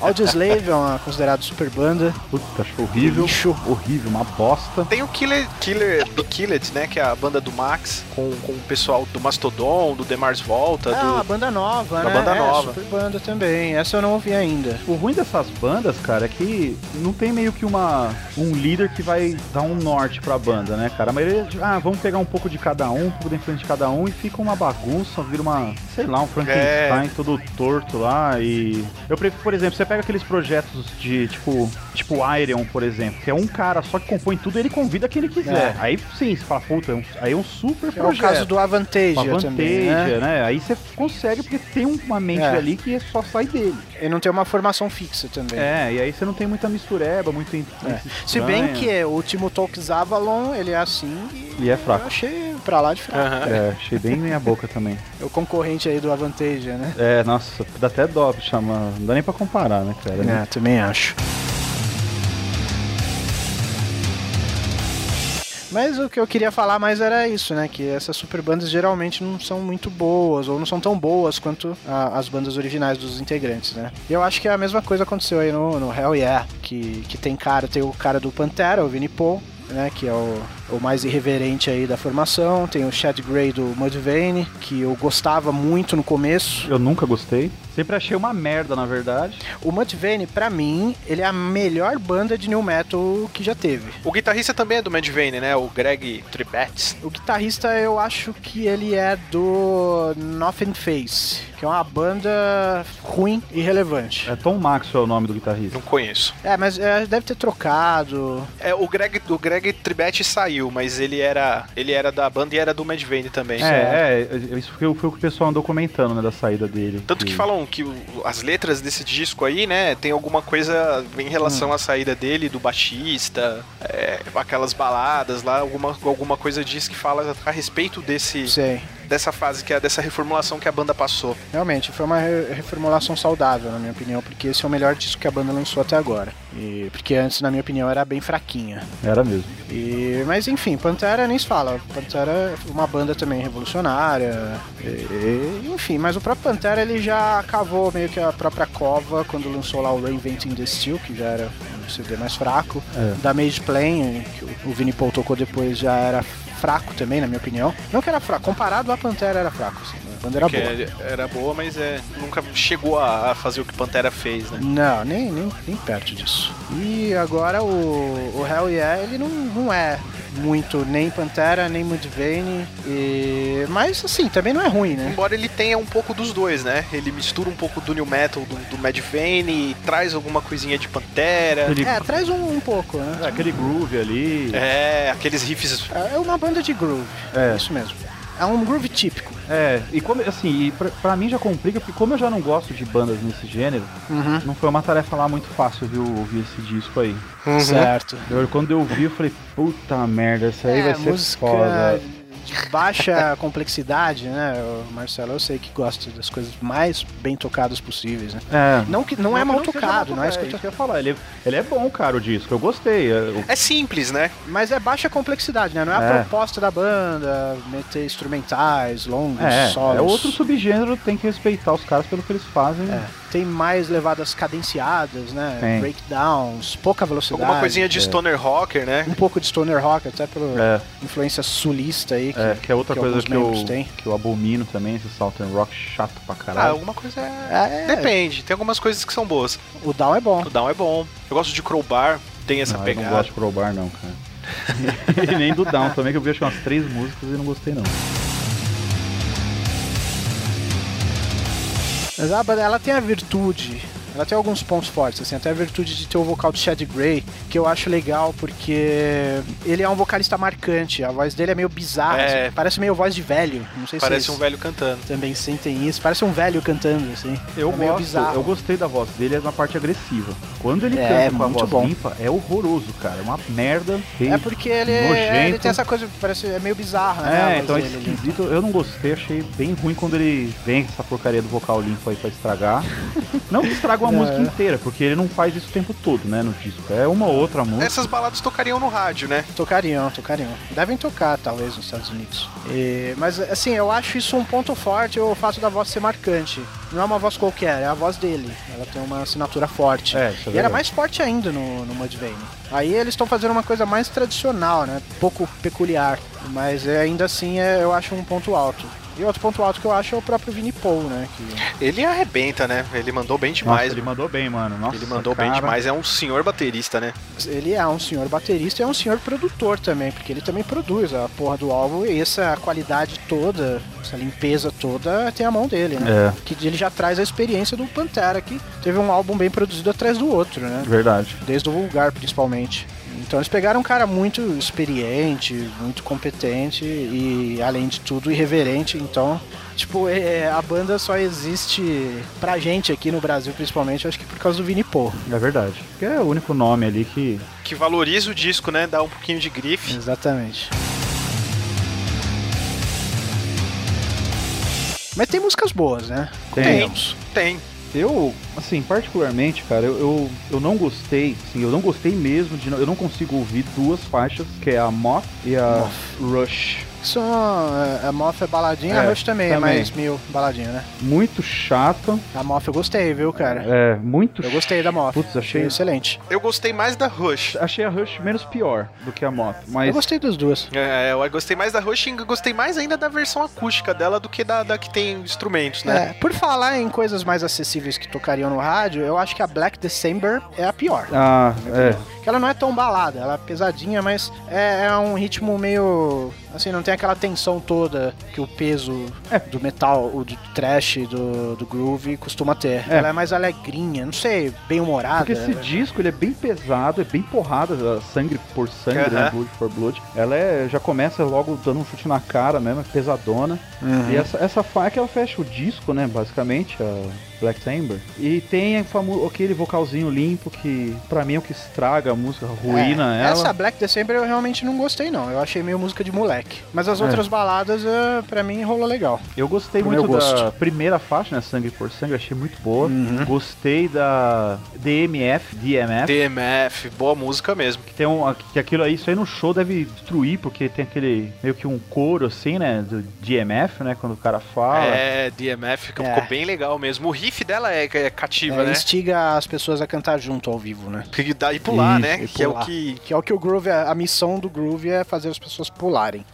S2: Audioslave é uma considerada super banda.
S3: Puta, acho horrível.
S2: Lixo.
S3: Horrível, uma bosta.
S4: Tem o Killer, Killer Be Killet, né? Que é a banda do Max, com, com o pessoal do Mastodon, do Demars Volta,
S2: É uma
S4: do.
S2: banda nova,
S4: da
S2: né?
S4: banda
S2: é,
S4: nova.
S2: super banda também. Essa eu não ouvi ainda.
S3: O ruim dessas bandas, cara, é que não tem meio que uma um líder que vai dar um norte pra banda, né, cara? A maioria, de- ah, vamos pegar um pouco de cada um, um pouco da influência de cada um e fica uma bagunça, vira uma, sei lá, um Frankenstein todo torto lá e eu prefiro, por exemplo, você pega aqueles projetos de tipo, tipo Iron, por exemplo, que é um cara só que compõe tudo, e ele convida quem ele quiser.
S2: É.
S3: Aí sim, você fala, puta, é um- aí é um super
S2: É o
S3: projeto.
S2: caso do Avantasia,
S3: Uma
S2: também, né?
S3: vantagem, né? Aí você consegue, porque tem uma mente
S2: É.
S3: ali que só sai dele.
S2: E não tem uma formação fixa também.
S3: É, e aí você não tem muita mistureba, muito. in- muito
S2: Se bem
S3: estranho.
S2: que é o Timo Tolk Zavalon, ele é assim e
S3: E é
S2: eu
S3: fraco.
S2: achei pra lá de fraco.
S4: Aham.
S3: É, achei bem meia boca também.
S2: É o concorrente aí do Avantasia, né?
S3: É, nossa, dá até dó pra chamar. Não dá nem pra comparar, né, cara?
S2: É, também acho. Mas o que eu queria falar mais era isso, né? Que essas super bandas geralmente não são muito boas, ou não são tão boas quanto a- as bandas originais dos integrantes, né? E eu acho que a mesma coisa aconteceu aí no, no Hell Yeah, que, que tem cara, tem o cara do Pantera, o Vinnie Paul, né? Que é o, o mais irreverente aí da formação, tem o Chad Gray do Mudvayne, que eu gostava muito no começo,
S3: Eu nunca gostei. Sempre achei uma merda, na verdade.
S2: O Mudvayne, pra mim, ele é a melhor banda de new metal que já teve.
S4: O guitarrista também é do Madvane, né? O Greg Tribettes.
S2: O guitarrista, eu acho que ele é do Nothing Face, que é uma banda ruim e irrelevante.
S3: É Tom Maxwell o nome do guitarrista.
S4: Não conheço.
S2: É, mas é, deve ter trocado.
S4: É, o Greg, o Greg Tribettes saiu, mas ele era, ele era da banda e era do Madvane também.
S3: É, é, isso foi, o- foi o que o pessoal andou comentando, né, da saída dele.
S4: Tanto que falam que o- as letras desse disco aí, né, tem alguma coisa em relação à saída dele, do baixista, é, aquelas baladas lá, alguma, alguma coisa diz que fala a respeito desse,
S2: Sei.
S4: dessa fase, que é, dessa reformulação que a banda passou.
S2: Realmente, foi uma re- reformulação saudável, na minha opinião, porque esse é o melhor disco que a banda lançou até agora. E porque antes, na minha opinião, era bem fraquinha.
S3: Era mesmo.
S2: E- mas enfim, Pantera nem se fala. Pantera é uma banda também revolucionária. e- e- enfim, mas o próprio Pantera ele já cavou meio que a própria cova quando lançou lá o Reinventing the Steel, que já era um CD mais fraco.
S3: É.
S2: Da Mage Plane, que o o Vini Paul tocou depois, já era fraco também, na minha opinião. Não que era fraco, comparado à Pantera era fraco. Assim, né? a banda era
S4: que
S2: boa.
S4: é- era boa, mas é, nunca chegou a, a fazer o que Pantera fez, né?
S2: Não, nem, nem, nem perto disso. E agora o, o Hell Yeah, ele não, não é muito nem Pantera, nem Mudvayne, e... mas assim, também não é ruim, né?
S4: Embora ele tenha um pouco dos dois, né? Ele mistura um pouco do new metal, do, do Madvane, traz alguma coisinha de Pantera.
S3: Aquele,
S2: É, traz um, um pouco, né?
S3: é, aquele groove ali.
S4: É, aqueles riffs
S2: É uma banda de groove,
S3: É.
S2: é isso mesmo. É um groove típico.
S3: É, e como, assim, e pra, pra mim já complica, porque como eu já não gosto de bandas nesse gênero,
S2: Uhum. Hum.
S3: não foi uma tarefa lá muito fácil, viu, ouvir esse disco aí.
S2: Certo.
S3: Eu, quando eu vi, eu falei, puta merda, isso aí
S2: É,
S3: vai ser
S2: música
S3: foda. É.
S2: de baixa complexidade, né? O Marcelo, eu sei que gosta das coisas mais bem tocadas possíveis, né?
S3: É.
S2: Não, que, não, é
S3: que
S2: mal
S3: seja
S2: tocado, não é isso que eu tô...
S3: eu ia falar. Ele, ele é bom, cara, o disco. Eu gostei. É, o-
S4: É simples, né?
S2: Mas é baixa complexidade, né? Não é, a
S3: É.
S2: proposta da banda meter instrumentais, longos,
S3: é,
S2: solos.
S3: é outro subgênero, tem que respeitar os caras pelo que eles fazem.
S2: É, Tem mais levadas cadenciadas, né?
S3: Tem.
S2: Breakdowns, pouca velocidade.
S4: Alguma coisinha de
S2: é.
S4: stoner rocker, né?
S2: Um pouco de stoner rock, até pela
S3: É,
S2: influência sulista aí. Que,
S3: é, que é outra
S2: que
S3: coisa
S2: alguns
S3: que eu,
S2: membros têm.
S3: que eu abomino também, esse Southern Rock chato pra
S4: Ah,
S3: caralho.
S4: alguma coisa é...
S2: É,
S4: Depende, tem algumas coisas que são boas.
S2: o down é bom.
S4: O Down é bom. Eu gosto de Crowbar, tem essa
S3: não, eu não
S4: pegada.
S3: gosto de crowbar, não, cara. e nem do Down também, que eu vi acho que umas três músicas e não gostei, não.
S2: Mas a banda, ela tem a virtude, ela tem alguns pontos fortes, assim, até a virtude de ter o vocal do Chad Gray, que eu acho legal porque ele é um vocalista marcante, a voz dele é meio bizarra,
S4: É.
S2: assim, parece meio voz de velho, não sei
S4: Parece
S2: se
S4: um
S2: vocês
S4: velho cantando.
S2: também sentem isso, parece um velho cantando, assim,
S3: Eu
S2: é meio
S3: gosto,
S2: bizarro.
S3: eu gostei da voz dele, é na parte agressiva. Quando ele
S2: É,
S3: canta com a
S2: muito
S3: voz
S2: bom.
S3: limpa, é horroroso, cara. É uma merda.
S2: É porque ele,
S3: Nojento.
S2: ele tem essa coisa, parece, é meio bizarra, né? a
S3: É,
S2: voz
S3: então é
S2: dele ali.
S3: esquisito. Eu não gostei, achei bem ruim quando ele vem com essa porcaria do vocal limpo aí pra estragar. Não que estraga uma
S2: É.
S3: música inteira, porque ele não faz isso o tempo todo, né, no disco. É uma ou outra música.
S4: Essas baladas tocariam no rádio, né?
S2: Tocariam, tocariam. Devem tocar, talvez, nos Estados Unidos. E- mas, assim, eu acho isso um ponto forte, o fato da voz ser marcante. Não é uma voz qualquer, é a voz dele. Ela tem uma assinatura forte.
S3: É, isso é
S2: e era
S3: verdade.
S2: mais forte ainda no, no Mudvayne. Aí eles estão fazendo uma coisa mais tradicional, né? Pouco peculiar. Mas é, ainda assim, é- eu acho um ponto alto. E outro ponto alto que eu acho é o próprio Vini Paul, né? Que
S4: Ele arrebenta, né? Ele mandou bem
S3: Nossa,
S4: demais.
S3: ele
S4: ele...
S3: mandou bem, mano. Nossa,
S4: mandou bem
S3: cara.
S4: demais. É um senhor baterista, né?
S2: ele é um senhor baterista e é um senhor produtor também, porque ele também produz a porra do álbum e essa qualidade toda, essa limpeza toda tem a mão dele, né?
S3: É,
S2: que ele já traz a experiência do Pantera, que teve um álbum bem produzido atrás do outro, né?
S3: verdade.
S2: Desde o Vulgar, principalmente. Então eles pegaram um cara muito experiente, muito competente e, além de tudo, irreverente. Então, tipo, é- é, a banda só existe pra gente aqui no Brasil, principalmente, acho que por causa do Vini Paul.
S3: É verdade. Porque é o único nome ali que.
S4: Que valoriza o disco, né? Dá um pouquinho de grife.
S2: Exatamente. Mas tem músicas boas, né?
S3: Tem.
S2: Convenhamos.
S4: Tem.
S3: Eu, assim, particularmente, cara, eu, eu, eu não gostei, assim, eu não gostei mesmo de. não- Eu não consigo ouvir duas faixas, que é a Moth e a Rush.
S2: Isso é, a Moth é baladinha, a
S3: É,
S2: Rush também, é
S3: também.
S2: mais mil baladinha, né?
S3: Muito chata.
S2: A Moth eu gostei, viu, cara?
S3: É, muito
S2: Eu gostei da Moth.
S3: Putz, achei-
S2: excelente.
S4: Eu gostei mais da Rush.
S3: Achei a Rush menos pior do que a moto,
S2: Eu
S3: mas
S2: gostei das duas.
S4: É, eu gostei mais da Rush e gostei mais ainda da versão acústica dela do que da, da que tem instrumentos, né?
S2: É, por falar em coisas mais acessíveis que tocariam no rádio, eu acho que a Black December é a pior.
S3: ah, é,
S2: Que ela não é tão balada, ela é pesadinha, mas é, é um ritmo meio. Assim, não tem aquela tensão toda que o peso
S3: É.
S2: do metal, o do trash, do, do groove costuma ter.
S3: É.
S2: Ela é mais alegrinha, não sei, bem humorada.
S3: porque esse disco ele é bem pesado, é bem porrada, a sangue por sangue, né,
S4: Aham.
S3: blood for blood. Ela é, já começa logo dando um chute na cara mesmo, é pesadona.
S2: Uhum.
S3: E essa essa fa- é que ela fecha o disco, né, basicamente, a Black Chamber. E tem a famu- aquele vocalzinho limpo que pra mim é o que estraga a música, ruína
S2: É,
S3: ela.
S2: Essa Black December eu realmente não gostei, não. Eu achei meio música de moleque. Mas
S3: É.
S2: as outras baladas, eh, pra mim, rolou legal.
S3: Eu gostei
S2: Pro meu
S3: muito da
S2: gosto. Uhum.
S3: primeira faixa, né? Sangue por Sangue, eu achei muito boa. Gostei da DMF, DMF.
S4: DMF, boa música mesmo.
S3: que Tem um, que aquilo aí, isso aí no show deve destruir, porque tem aquele meio que um coro assim, né? Do DMF, né? Quando o cara fala.
S4: É, DMF ficou,
S2: É.
S4: ficou bem legal mesmo. O riff dela é, é cativa,
S2: É,
S4: né?
S2: Instiga as pessoas a cantar junto ao vivo, né?
S4: Que dá e pular,
S3: Isso,
S4: né?
S2: e
S4: que é o
S2: pular.
S4: que.
S2: Que é o que o groove, a missão do groove é fazer as pessoas pularem.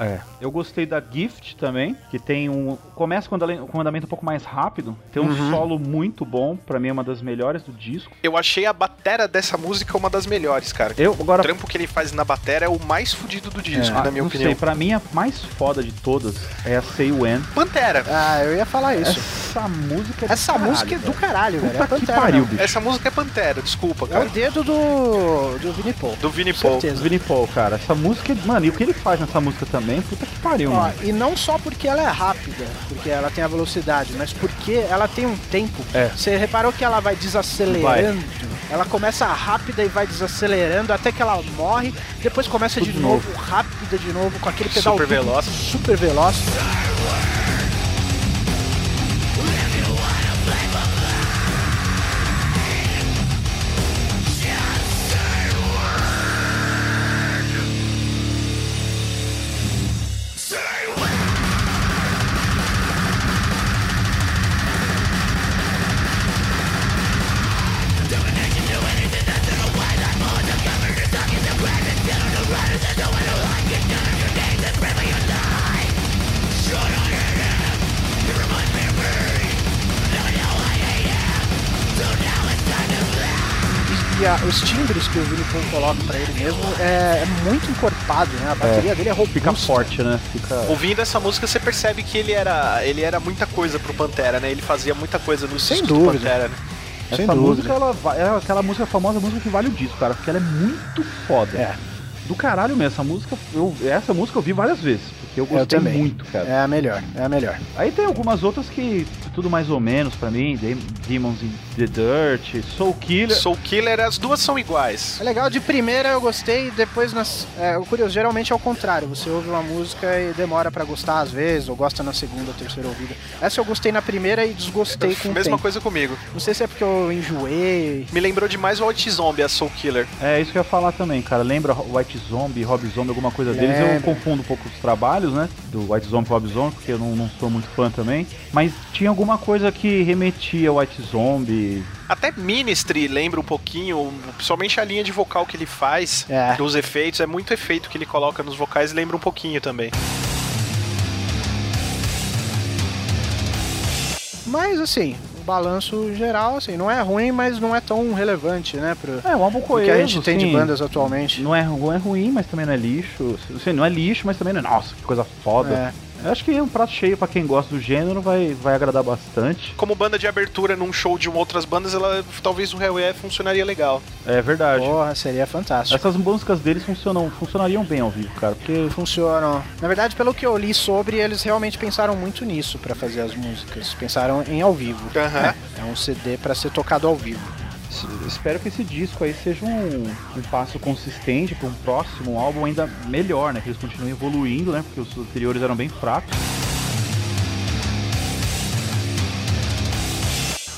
S3: É. Eu gostei da Gift também, que tem um. Começa com andale- com um andamento um pouco mais rápido. Tem um
S2: Uhum.
S3: solo muito bom, pra mim é uma das melhores do disco.
S4: Eu achei a batera dessa música uma das melhores, cara.
S3: Eu
S4: O
S3: agora.
S4: trampo que ele faz na batera é o mais fudido do disco,
S3: Ah,
S4: na minha
S3: não
S4: opinião.
S3: sei, pra mim a mais foda de todas é a Say When.
S4: Pantera.
S2: Ah, eu ia falar isso.
S3: Essa música é do
S2: Essa
S3: caralho,
S2: música é do
S3: velho.
S2: caralho, velho. É
S3: Puta que
S2: Pantera.
S3: pariu,
S2: não.
S3: bicho.
S4: Essa música é Pantera, desculpa,
S2: É
S4: cara.
S2: o dedo do, do Vini Paul.
S4: Do Vini
S2: Com
S4: Paul.
S2: certeza.
S3: Vinnie Paul, cara. Essa música, é- mano, e o que ele faz nessa música também? Puta que pariu,
S2: Ó,
S3: mano.
S2: e não só porque ela é rápida, porque ela tem a velocidade, mas porque ela tem um tempo.
S3: É.
S2: Você reparou que ela vai desacelerando? Ela começa rápida e vai desacelerando até que ela morre, depois começa
S3: Tudo
S2: de
S3: de
S2: novo, rápida de novo, com aquele pedal
S4: Super
S2: duplo,
S4: veloz.
S2: super veloz. E a- os timbres que o Vini Paul coloca pra ele mesmo é, é muito encorpado, né? A bateria dele é robusta.
S3: Fica forte, né? Fica.
S4: Ouvindo essa música, você percebe que ele era, ele era muita coisa pro Pantera, né? Ele fazia muita coisa no
S2: Sem
S4: disco do
S2: dúvida.
S4: Pantera, né?
S2: sem
S3: Essa
S2: dúvida.
S3: música, ela va- é aquela música famosa, música que vale o disco, cara, porque ela é muito foda.
S2: É.
S3: Do caralho mesmo, essa música, eu, essa música eu vi várias vezes, porque eu
S2: Eu
S3: gostei
S2: também.
S3: muito, cara.
S2: É a melhor, é a melhor.
S3: Aí tem algumas outras que tudo mais ou menos pra mim, Dem- Demons in the Dirt, Soul Killer.
S4: Soul Killer, as duas são iguais.
S2: É legal, de primeira eu gostei, depois nas. É, o curioso, geralmente é o contrário. Você ouve uma música e demora pra gostar às vezes, ou gosta na segunda, terceira ouvida. Essa eu gostei na primeira e desgostei com o
S4: Mesma
S2: tempo.
S4: coisa comigo.
S2: Não sei se é porque eu enjoei.
S4: Me lembrou demais o Alt Zombie, a Soul Killer.
S3: É isso que eu ia falar também, cara. Lembra White Zombie, Rob Zombie, alguma coisa deles? Eu
S2: Lembra.
S3: confundo um pouco os trabalhos, né? Do White Zombie e Rob Zombie, porque eu não, não sou muito fã também. Mas tinha alguma coisa que remetia ao White Zombie.
S4: Até Ministry lembra um pouquinho, principalmente a linha de vocal que ele faz,
S2: É.
S4: dos efeitos, é muito efeito que ele coloca nos vocais, lembra um pouquinho também.
S2: Mas assim, o balanço geral, assim, não é ruim, mas não é tão relevante, né? Pro,
S3: É, um álbum
S2: pro
S3: coeso,
S2: que a gente tem de
S3: sim.
S2: bandas atualmente.
S3: Não é, não é ruim, mas também não é lixo. Assim, não é lixo, mas também não é. Nossa, que coisa foda. Eu acho que é um prato cheio pra quem gosta do gênero, vai, vai agradar bastante.
S4: Como banda de abertura num show de um outras bandas, ela talvez o Hellware funcionaria legal.
S3: É verdade.
S2: Porra, seria fantástico.
S3: Essas músicas deles funcionam, funcionariam bem ao vivo, cara, porque
S2: Funcionam. Na verdade, pelo que eu li sobre, eles realmente pensaram muito nisso pra fazer as músicas. Pensaram em ao vivo.
S4: Aham.
S2: É um CD pra ser tocado ao vivo.
S3: s- espero que esse disco aí seja um, um passo consistente para um próximo álbum ainda melhor, né? Que eles continuem evoluindo, né? Porque os anteriores eram bem fracos.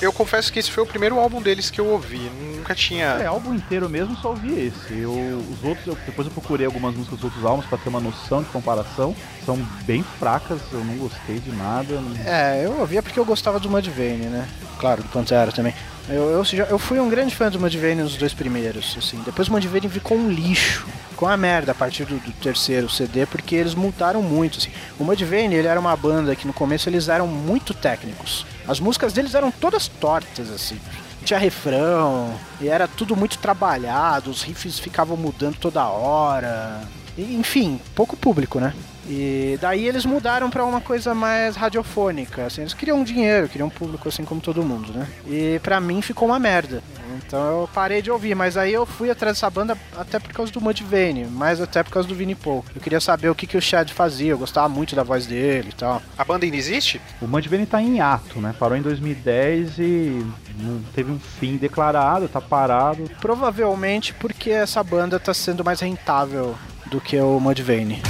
S4: Eu confesso que esse foi o primeiro álbum deles que eu ouvi. Nunca
S3: É,
S4: tinha.
S3: álbum inteiro mesmo só ouvi esse. Eu, os outros, eu- depois eu procurei algumas músicas dos outros álbuns pra ter uma noção de comparação. São bem fracas, eu não gostei de nada. não-
S2: É, eu ouvia porque eu gostava do Mudvayne, né? Claro, do Pantera também. Eu, eu, já- eu fui um grande fã do Mudvayne nos dois primeiros, assim. Depois o Mudvayne ficou um lixo. Ficou uma merda a partir do, do terceiro CD, porque eles multaram muito, assim. O Mudvayne, ele era uma banda que no começo eles eram muito técnicos. As músicas deles eram todas tortas, assim. Tinha refrão, e era tudo muito trabalhado, os riffs ficavam mudando toda hora. E, Enfim, pouco público, né? E daí eles mudaram pra uma coisa mais radiofônica, assim, eles queriam dinheiro, queriam público assim como todo mundo, né? E pra mim ficou uma merda. Então eu parei de ouvir, mas aí eu fui atrás dessa banda até por causa do Mudvayne, mas até por causa do Vini Paul. Eu queria saber o que, que o Chad fazia, eu gostava muito da voz dele e tal.
S4: A banda ainda existe?
S3: O Mandibene tá em ato, né? Parou em 2010 e não teve um fim declarado, tá parado.
S2: Provavelmente porque essa banda tá sendo mais rentável do que o Mudvayne.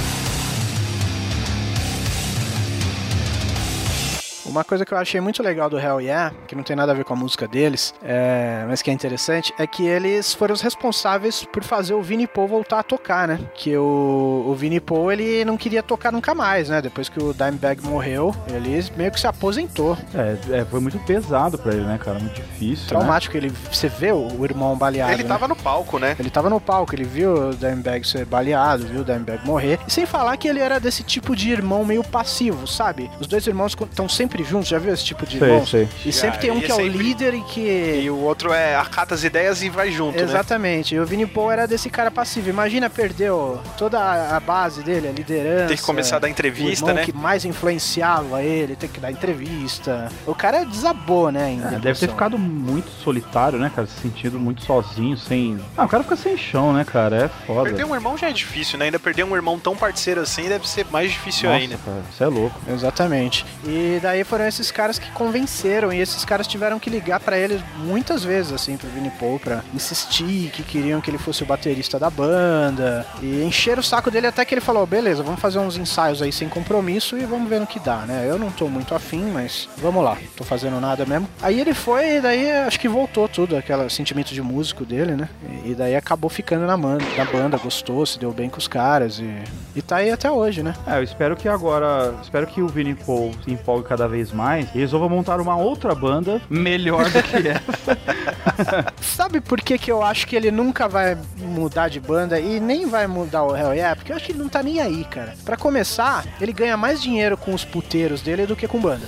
S2: Uma coisa que eu achei muito legal do Hell Yeah, que não tem nada a ver com a música deles, é, mas que é interessante, é que eles foram os responsáveis por fazer o Vini Paul voltar a tocar, né? Que o, o Vini Paul, ele não queria tocar nunca mais, né? Depois que o Dimebag morreu, ele meio que se aposentou.
S3: É, é, foi muito pesado pra ele, né, cara? Muito difícil. Né?
S2: Traumático, ele, você vê o, o irmão baleado,
S4: Ele
S2: né?
S4: tava no palco, né?
S2: Ele tava no palco, ele viu o Dimebag ser baleado, viu o Dimebag morrer. E sem falar que ele era desse tipo de irmão meio passivo, sabe? Os dois irmãos estão sempre juntos, já viu esse tipo de
S3: Sei,
S2: irmãos?
S3: sei.
S2: E
S4: Já,
S2: sempre tem um
S4: e
S2: que é o
S4: sempre-
S2: líder e que.
S4: E o outro é acata as ideias e vai junto, né?
S2: Exatamente. E o Vini Paul era desse cara passivo. Imagina, perdeu toda a- a base dele, a liderança.
S4: Tem que começar a dar
S2: o
S4: entrevista,
S2: irmão
S4: né?
S2: que mais influenciava ele, tem que dar entrevista. O cara desabou, né? em
S3: É, deve ter
S2: depressão.
S3: ficado muito solitário, né, cara? Se sentido muito sozinho, sem. Ah, o cara fica sem chão, né, cara? É foda.
S4: Perder um irmão já é difícil, né? Ainda perder um irmão tão parceiro assim deve ser mais difícil
S3: Nossa,
S4: ainda.
S3: cara, isso é louco.
S2: Exatamente. E daí foram esses caras que convenceram, e esses caras tiveram que ligar pra ele muitas vezes, assim, pro Vini Paul, pra insistir que queriam que ele fosse o baterista da banda, e encheram o saco dele até que ele falou: beleza, vamos fazer uns ensaios aí sem compromisso e vamos ver no que dá, né? Eu não tô muito afim, mas vamos lá, tô fazendo nada mesmo. Aí ele foi, e daí acho que voltou tudo, aquele sentimento de músico dele, né? E e daí acabou ficando na, man- na banda, gostou, se deu bem com os caras, e, e tá aí até hoje, né?
S3: É, eu espero que agora. Espero que o Vini Paul se empolgue cada vez mais e resolva montar uma outra banda melhor do que essa.
S2: Sabe por que, que eu acho que ele nunca vai mudar de banda e nem vai mudar o Hell Yeah? Porque eu acho que ele não tá nem aí, cara. Pra começar, ele ganha mais dinheiro com os puteiros dele do que com banda.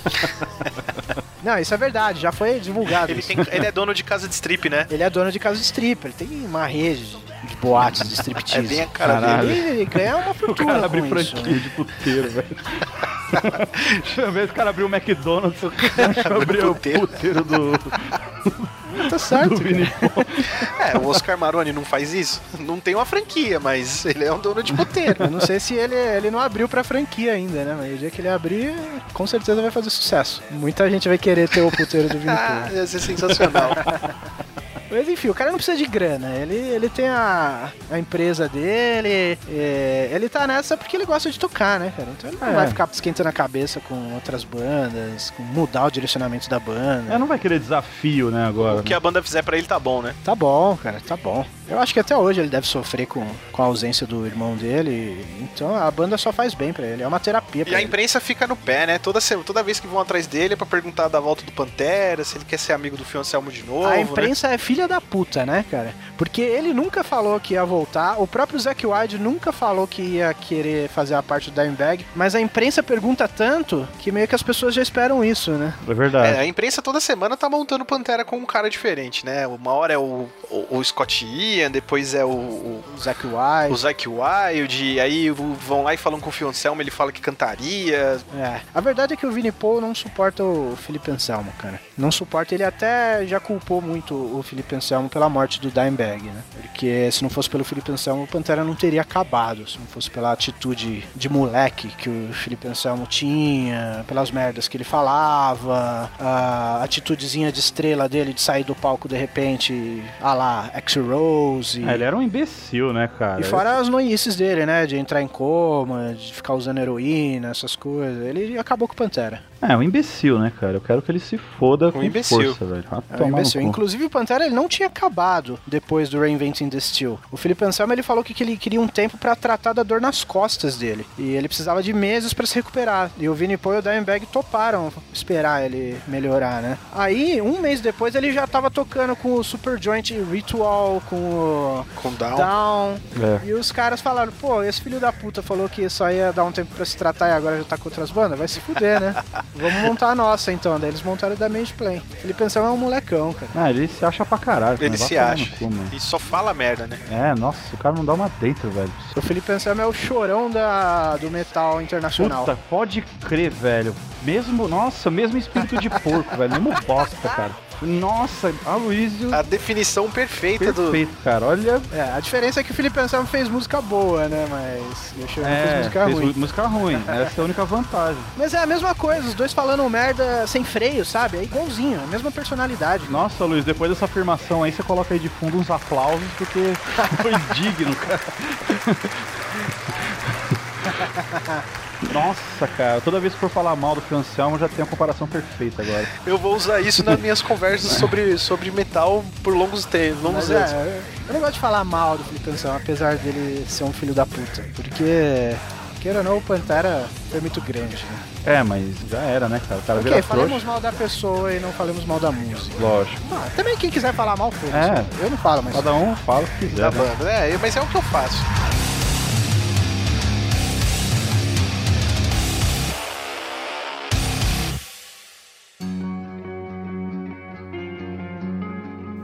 S2: não, isso é verdade, já foi divulgado.
S4: Ele,
S2: isso.
S4: tem- ele é dono de casa de strip, né?
S2: Ele é dono de casa de strip, ele tem uma rede de boates de
S4: É
S2: striptease.
S4: bem a cara
S3: Caralho.
S4: dele.
S2: Ele, ele ganha uma
S3: O
S2: fortuna
S3: cara abre
S2: com isso.
S3: franquia de puteiro, velho. Chamei esse cara abriu o McDonald's, o cara abriu o
S4: puteiro.
S3: puteiro do,
S2: Tá certo.
S3: do Vini Paul.
S4: É, o Oscar Maroni não faz isso? Não tem uma franquia, mas ele é um dono de
S2: puteiro. Eu não sei se ele, ele não abriu pra franquia ainda, né? Mas o dia que ele abrir, com certeza vai fazer sucesso. Muita gente vai querer ter o puteiro do Vini Paul.
S4: Ah, ia ser sensacional.
S2: Mas enfim, o cara não precisa de grana. Ele, ele tem a, a empresa dele. é, ele tá nessa porque ele gosta de tocar, né, cara? Então ele não
S3: É.
S2: vai ficar esquentando a cabeça com outras bandas, com mudar o direcionamento da banda.
S3: É, não vai querer desafio, né, agora.
S4: o que a banda fizer pra ele tá bom, né?
S2: Tá bom, cara, tá bom. Eu acho que até hoje ele deve sofrer com, com a ausência do irmão dele. Então a banda só faz bem pra ele. É uma terapia
S4: E
S2: pra
S4: a
S2: ele.
S4: imprensa fica no pé, né? Toda, se- toda vez que vão atrás dele é pra perguntar da volta do Pantera, se ele quer ser amigo do Fio Anselmo de novo.
S2: A
S4: né?
S2: imprensa é filha da puta, né, cara? Porque ele nunca falou que ia voltar, o próprio Zack Wilde nunca falou que ia querer fazer a parte do Dimebag, mas a imprensa pergunta tanto que meio que as pessoas já esperam isso, né?
S3: É verdade.
S4: É, a imprensa toda semana tá montando Pantera com um cara diferente, né? Uma hora é o, o, o Scott Ian, depois é o, o,
S2: O Zack
S4: o
S2: Wilde.
S4: Zack Wilde, aí o- vão lá e falam com o Fio Anselmo, ele fala que cantaria.
S2: É. A verdade é que o Vini Paul não suporta o Felipe Anselmo, cara. Não suporta, ele até já culpou muito o Felipe Anselmo pela morte do Dimebag, né? Porque se não fosse pelo Felipe Anselmo, o Pantera não teria acabado. Se não fosse pela atitude de moleque que o Felipe Anselmo tinha, pelas merdas que ele falava, a atitudezinha de estrela dele de sair do palco de repente, a lá, X-Rose.
S3: Ah, ele era um imbecil, né,
S2: é,
S3: cara?
S2: E fora as noices dele, né? De entrar em coma, de ficar usando heroína, essas coisas. Ele acabou com o Pantera.
S3: É, um imbecil, né, cara? Eu quero que ele se foda com
S4: imbecil.
S3: força, velho. Ah,
S2: É um
S3: tomar no
S2: imbecil.
S3: cu.
S2: Inclusive, o Pantera ele não tinha acabado depois do Reinventing the Steel. O Felipe Anselmo ele falou que, que ele queria um tempo pra tratar da dor nas costas dele. E ele precisava de meses pra se recuperar. E o Vini Paul e o Dimebag toparam esperar ele melhorar, né? Aí, um mês depois, ele já tava tocando com o Superjoint Ritual, com o
S4: Com Down.
S2: Down.
S3: É.
S2: E os caras falaram, pô, esse filho da puta falou que só ia dar um tempo pra se tratar e agora já tá com outras bandas, vai se fuder, né? Vamos montar a nossa então. Daí eles montaram o Damage Plan. Ele pensou, é um molecão, cara.
S3: Ah, ele se acha pra caralho. cara.
S4: Ele
S3: Vai
S4: se
S3: tomar
S4: acha.
S3: no um cu, mano.
S4: E só fala merda, né?
S3: É, nossa, o cara não dá uma dentro, velho.
S2: O Felipe Anselmo é o chorão da, do metal internacional.
S3: Puta, pode crer, velho. Mesmo, nossa, mesmo espírito de porco, velho. Mesmo bosta, cara. Nossa, Aloysio,
S4: A definição perfeita do.
S3: perfeito, cara. Olha,
S2: É, a diferença é que o Felipe Anselmo fez música boa, né? Mas o Chorão fez
S3: é,
S2: música ruim.
S3: fez música ruim. Essa é a única vantagem.
S2: Mas é a mesma coisa, os dois falando merda sem freio, sabe? É igualzinho, a mesma personalidade.
S3: Nossa, Luiz, depois dessa afirmação aí, você coloca aí de fundo uns aplausos, porque foi digno, cara. Nossa, cara, toda vez que for falar mal do Fio Anselmo, já tem uma comparação perfeita agora.
S4: Eu vou usar isso nas minhas conversas sobre, sobre metal por longos tempos. Longos
S2: Mas
S4: anos.
S2: é, eu não gosto de falar mal do Felipe Anselmo, apesar dele ser um filho da puta. Porque, queira ou não, o Pantera foi muito grande. Né?
S3: É, mas já era, né, cara? O cara
S2: Ok,
S3: vira
S2: falemos
S3: trouxa.
S2: mal da pessoa e não falemos mal da música.
S3: Lógico.
S2: Ah, também quem quiser falar mal, foda
S3: É.
S2: Eu não falo, mas...
S3: Cada um fala o que
S2: Tá
S4: da
S3: quiser. né?
S4: banda. É, mas é o que eu faço.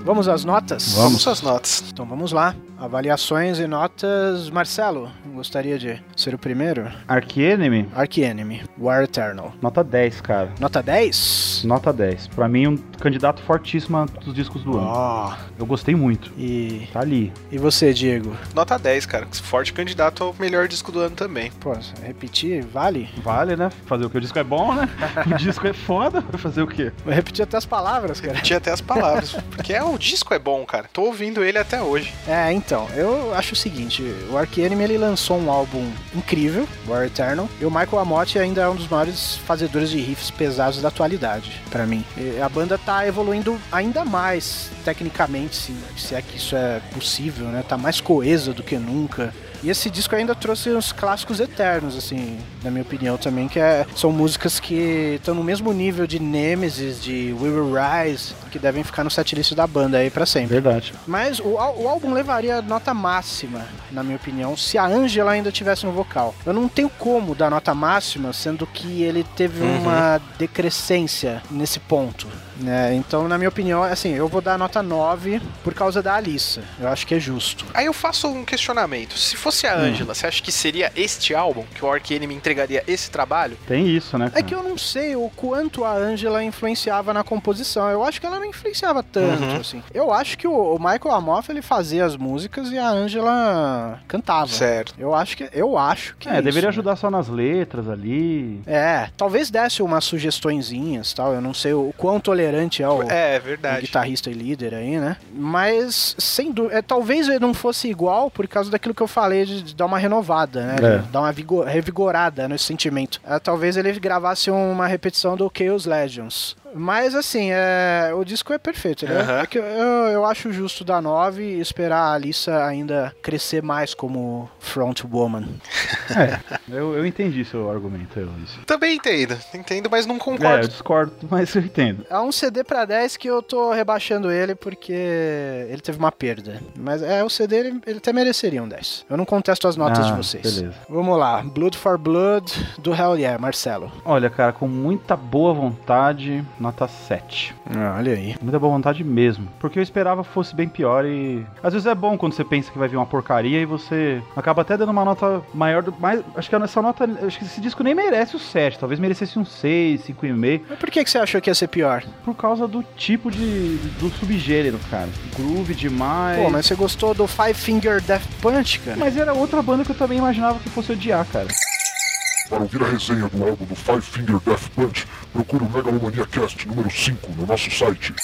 S2: Vamos às notas?
S4: Vamos às notas.
S2: Então vamos lá. Avaliações e notas. Marcelo, gostaria de ser o primeiro?
S3: Arquienemy,
S2: Arch-Enemy, War Eternal.
S3: nota 10, cara.
S2: Nota 10?
S3: Nota 10. Pra mim, um candidato fortíssimo a dos discos do ano.
S2: Ó.
S3: Eu gostei muito.
S2: E,
S3: Tá ali.
S2: e você, Diego?
S4: Nota 10, cara. Forte candidato ao melhor disco do ano também.
S2: Pô, repetir vale?
S3: Vale, né? Fazer o que? O disco é bom, né? o disco é foda. Vai fazer o quê?
S2: Vou repetir até as palavras, cara.
S4: Tinha até as palavras. Porque é, o disco é bom, cara. Tô ouvindo ele até hoje.
S2: É, então, eu acho o seguinte, o Arcanime ele lançou um álbum incrível, War Eternal, e o Michael Amott ainda é um dos maiores fazedores de riffs pesados da atualidade, pra mim. E a banda tá evoluindo ainda mais, tecnicamente, se, se é que isso é possível, né? Tá mais coesa do que nunca. E esse disco ainda trouxe uns clássicos eternos, assim, na minha opinião também, que é- são músicas que estão no mesmo nível de Nemesis, de We Will Rise, que devem ficar no setlist da banda aí pra sempre.
S3: É Verdade.
S2: Mas o, ál- o álbum levaria nota máxima, na minha opinião, se a Angela ainda tivesse no vocal. Eu não tenho como dar nota máxima, sendo que ele teve
S3: Uhum.
S2: uma decrescência nesse ponto. Né? Então, na minha opinião, assim, eu vou dar nota 9 por causa da Alissa. Eu acho que é justo.
S4: Aí eu faço um questionamento. Se fosse a Angela, você acha que seria este álbum que o Arcane me entregaria esse trabalho?
S3: Tem isso, né?
S2: É
S3: cara?
S2: que eu não sei o quanto a Angela influenciava na composição. Eu acho que ela não influenciava tanto,
S3: Uhum.
S2: assim. Eu acho que o, o Michael Amoff, ele fazia as músicas e a Angela cantava.
S4: Certo.
S2: Eu acho que eu acho que
S3: É, deveria
S2: isso, né?
S3: ajudar só nas letras ali.
S2: É, talvez desse umas sugestõezinhas, tal. Eu não sei o quão tolerante é o,
S4: É,
S2: o
S4: verdade.
S2: guitarrista e líder aí, né? Mas sem dúvida, talvez ele não fosse igual por causa daquilo que eu falei de, de dar uma renovada, né?
S3: É.
S2: De Dar uma vigo- revigorada nesse sentimento. É, talvez ele gravasse uma repetição do Chaos Legends. Mas assim, é, o disco é perfeito, né?
S4: Aham.
S2: É que eu, eu acho justo dar 9 e esperar a Alissa ainda crescer mais como frontwoman.
S3: Eu, eu entendi seu argumento, eu isso.
S4: Também entendo. Entendo, mas não
S3: É, eu
S4: concordo.
S3: discordo, mas eu entendo.
S2: É um CD pra 10 que eu tô rebaixando ele porque ele teve uma perda. Mas é, o CD ele, ele até mereceria um 10. Eu não contesto as notas
S3: Ah,
S2: de vocês.
S3: beleza.
S2: Vamos lá. Blood for Blood do Hell Yeah, Marcelo.
S3: Olha, cara, com muita boa vontade, nota 7.
S2: olha aí.
S3: Muita boa vontade mesmo. Porque eu esperava fosse bem pior e. Às vezes é bom quando você pensa que vai vir uma porcaria e você acaba até dando uma nota maior do. Mas acho que essa nota. Acho que esse disco nem merece o 7. Talvez merecesse um 6, 5,5.
S2: Mas por que, que você achou que ia ser pior?
S3: Por causa do tipo de. do subgênero, cara. Groove demais.
S2: Pô, mas você gostou do Five Finger Death Punch, cara?
S3: Mas era outra banda que eu também imaginava que fosse odiar, cara.
S5: Para ouvir a resenha do álbum do Five Finger Death Punch, procure o Megalomania Cast número 5 no nosso site.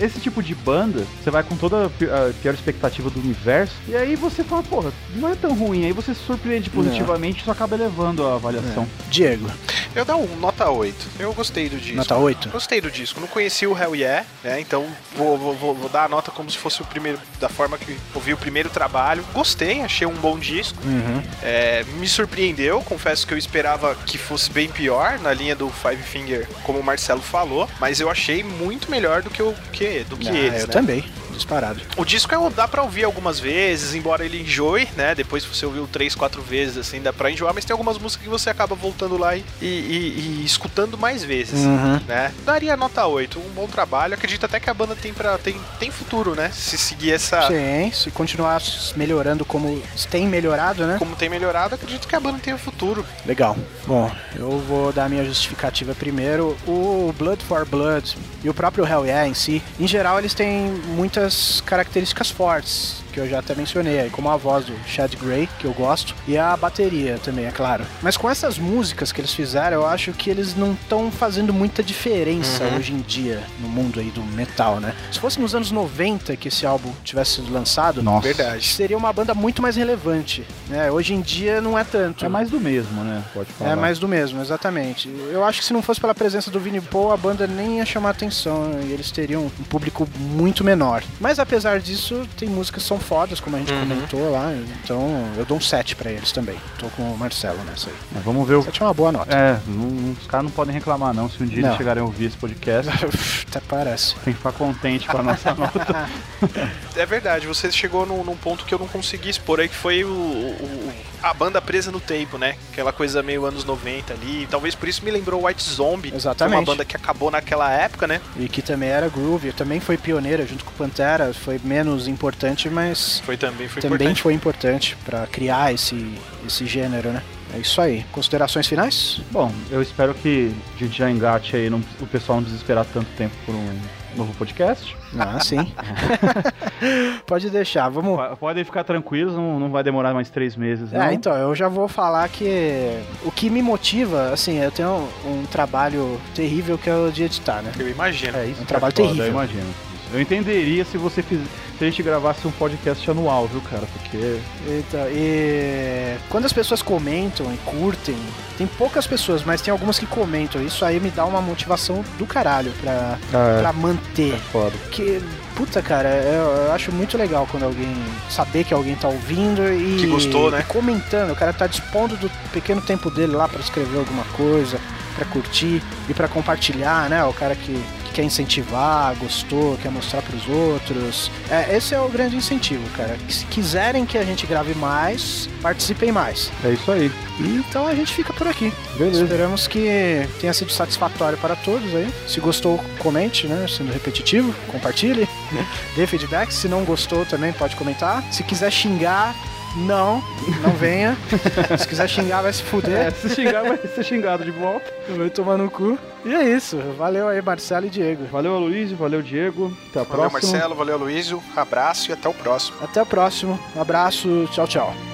S3: Esse tipo de banda, você vai com toda a pi- a pior expectativa do universo, e aí você fala, porra, não é tão ruim. Aí você se surpreende positivamente e isso acaba elevando a avaliação.
S2: Diego,
S4: Eu dou um nota 8. Eu gostei do disco.
S2: nota 8.
S4: Gostei do disco, não conheci o Hell Yeah, né? Então vou, vou- vou- vou dar a nota como se fosse o primeiro, da forma que ouvi o primeiro trabalho. Gostei, achei um bom disco.
S2: Uhum.
S4: É, me surpreendeu, confesso que eu esperava que fosse bem pior, na linha do Five Finger, como o Marcelo falou, mas eu achei muito melhor do que o que, do que
S2: Ah,
S4: eles,
S2: eu
S4: né?
S2: também. Disparado.
S4: O disco é, dá pra ouvir algumas vezes, embora ele enjoe, né? Depois que você ouviu três, quatro vezes, assim, dá pra enjoar, mas tem algumas músicas que você acaba voltando lá e, e- e- e escutando mais vezes,
S2: Uhum.
S4: né? Daria nota 8, um bom trabalho. Acredito até que a banda tem, pra, tem, tem futuro, né? Se seguir essa.
S2: Sim, se continuar s- melhorando como tem melhorado, né?
S4: Como tem melhorado, acredito que a banda tem futuro.
S2: Legal. Bom, eu vou dar minha justificativa primeiro. O Blood for Blood e o próprio Hell Yeah em si, em geral, eles têm muitas características fortes, que eu já até mencionei, aí, como a voz do Chad Gray, que eu gosto, e a bateria também, é claro. Mas com essas músicas que eles fizeram, eu acho que eles não estão fazendo muita diferença hoje em dia no mundo aí do metal, né? Se fosse nos anos 90 que esse álbum tivesse sido lançado,
S3: Nossa.
S4: Verdade.
S2: seria uma banda muito mais relevante, né? Hoje em dia não é tanto.
S3: É mais do mesmo, né? Pode
S4: Tá
S3: falar.
S2: É mais do mesmo, exatamente. Eu acho que se não fosse pela presença do Vini Paul, a banda nem ia chamar atenção e eles teriam um público muito menor. Mas apesar disso, tem músicas que são fodas, como a gente
S4: Uhum.
S2: comentou lá, então eu dou um 7 pra eles também. Tô com o Marcelo nessa aí.
S3: Mas Vamos ver o.
S2: 7 é uma boa nota.
S3: É, não- os caras não podem reclamar, não. Se um dia
S2: Não.
S3: eles chegarem a ouvir esse podcast,
S2: Até parece.
S3: tem que ficar contente com a nossa nota.
S4: É verdade, você chegou num, num ponto que eu não consegui expor aí, que foi o, o- o- a banda presa no tempo, né? Aquela coisa meio anos 90 ali. Talvez por isso me lembrou White Zombie.
S2: Exatamente.
S4: Uma banda que acabou naquela época, né?
S2: E que também era groove, também foi pioneira junto com o Pantera, foi menos importante, mas
S4: Foi também, foi
S2: também
S4: importante.
S2: foi importante pra criar esse, esse gênero, né? É isso aí. Considerações finais?
S3: Bom, eu espero que a gente já engate aí, não- o pessoal não precisa esperar tanto tempo por um novo podcast.
S2: Ah, sim. Pode deixar, vamos.
S3: Po- Podem ficar tranquilos, não, não vai demorar mais três meses, não.
S2: É, então, eu já vou falar que o que me motiva, assim, eu tenho um, um trabalho terrível que é o de editar, né?
S4: Eu imagino.
S3: É isso.
S2: um
S3: que
S2: trabalho
S3: é foda,
S2: terrível.
S3: Eu imagino. Eu entenderia se você fiz... se a gente gravasse um podcast anual, viu, cara? Porque
S2: Então, e quando as pessoas comentam e curtem, tem poucas pessoas, mas tem algumas que comentam. Isso aí me dá uma motivação do caralho pra,
S3: É.
S2: pra manter.
S3: foda.
S2: Que, puta, cara, é, eu, eu acho muito legal quando alguém saber que alguém tá ouvindo e.
S4: Que gostou, né?
S2: e comentando. O cara tá dispondo do pequeno tempo dele lá pra escrever alguma coisa, pra curtir e pra compartilhar, né? O cara que, que quer incentivar, gostou, quer mostrar pros outros. É, esse é o grande incentivo, cara. Que se quiserem que a gente grave mais, participem mais.
S3: É isso aí.
S2: E então a gente fica por aqui.
S3: Beleza.
S2: Esperamos que tenha sido satisfatório para todos aí. Se gostou, comente, né? Sendo repetitivo, compartilhe, né, dê feedback. Se não gostou também, pode comentar. Se quiser xingar, não, não venha. se quiser xingar, vai se
S3: É,
S2: fuder.
S3: se xingar, vai ser xingado de volta.
S2: Vai tomar no cu. E é isso. Valeu aí, Marcelo e Diego.
S3: Valeu, Luiz, valeu, Diego. Até a
S4: Valeu,
S3: próxima.
S4: Marcelo. Valeu, Luísio. Abraço e até o próximo.
S2: Até o próximo. Um abraço. Tchau, tchau.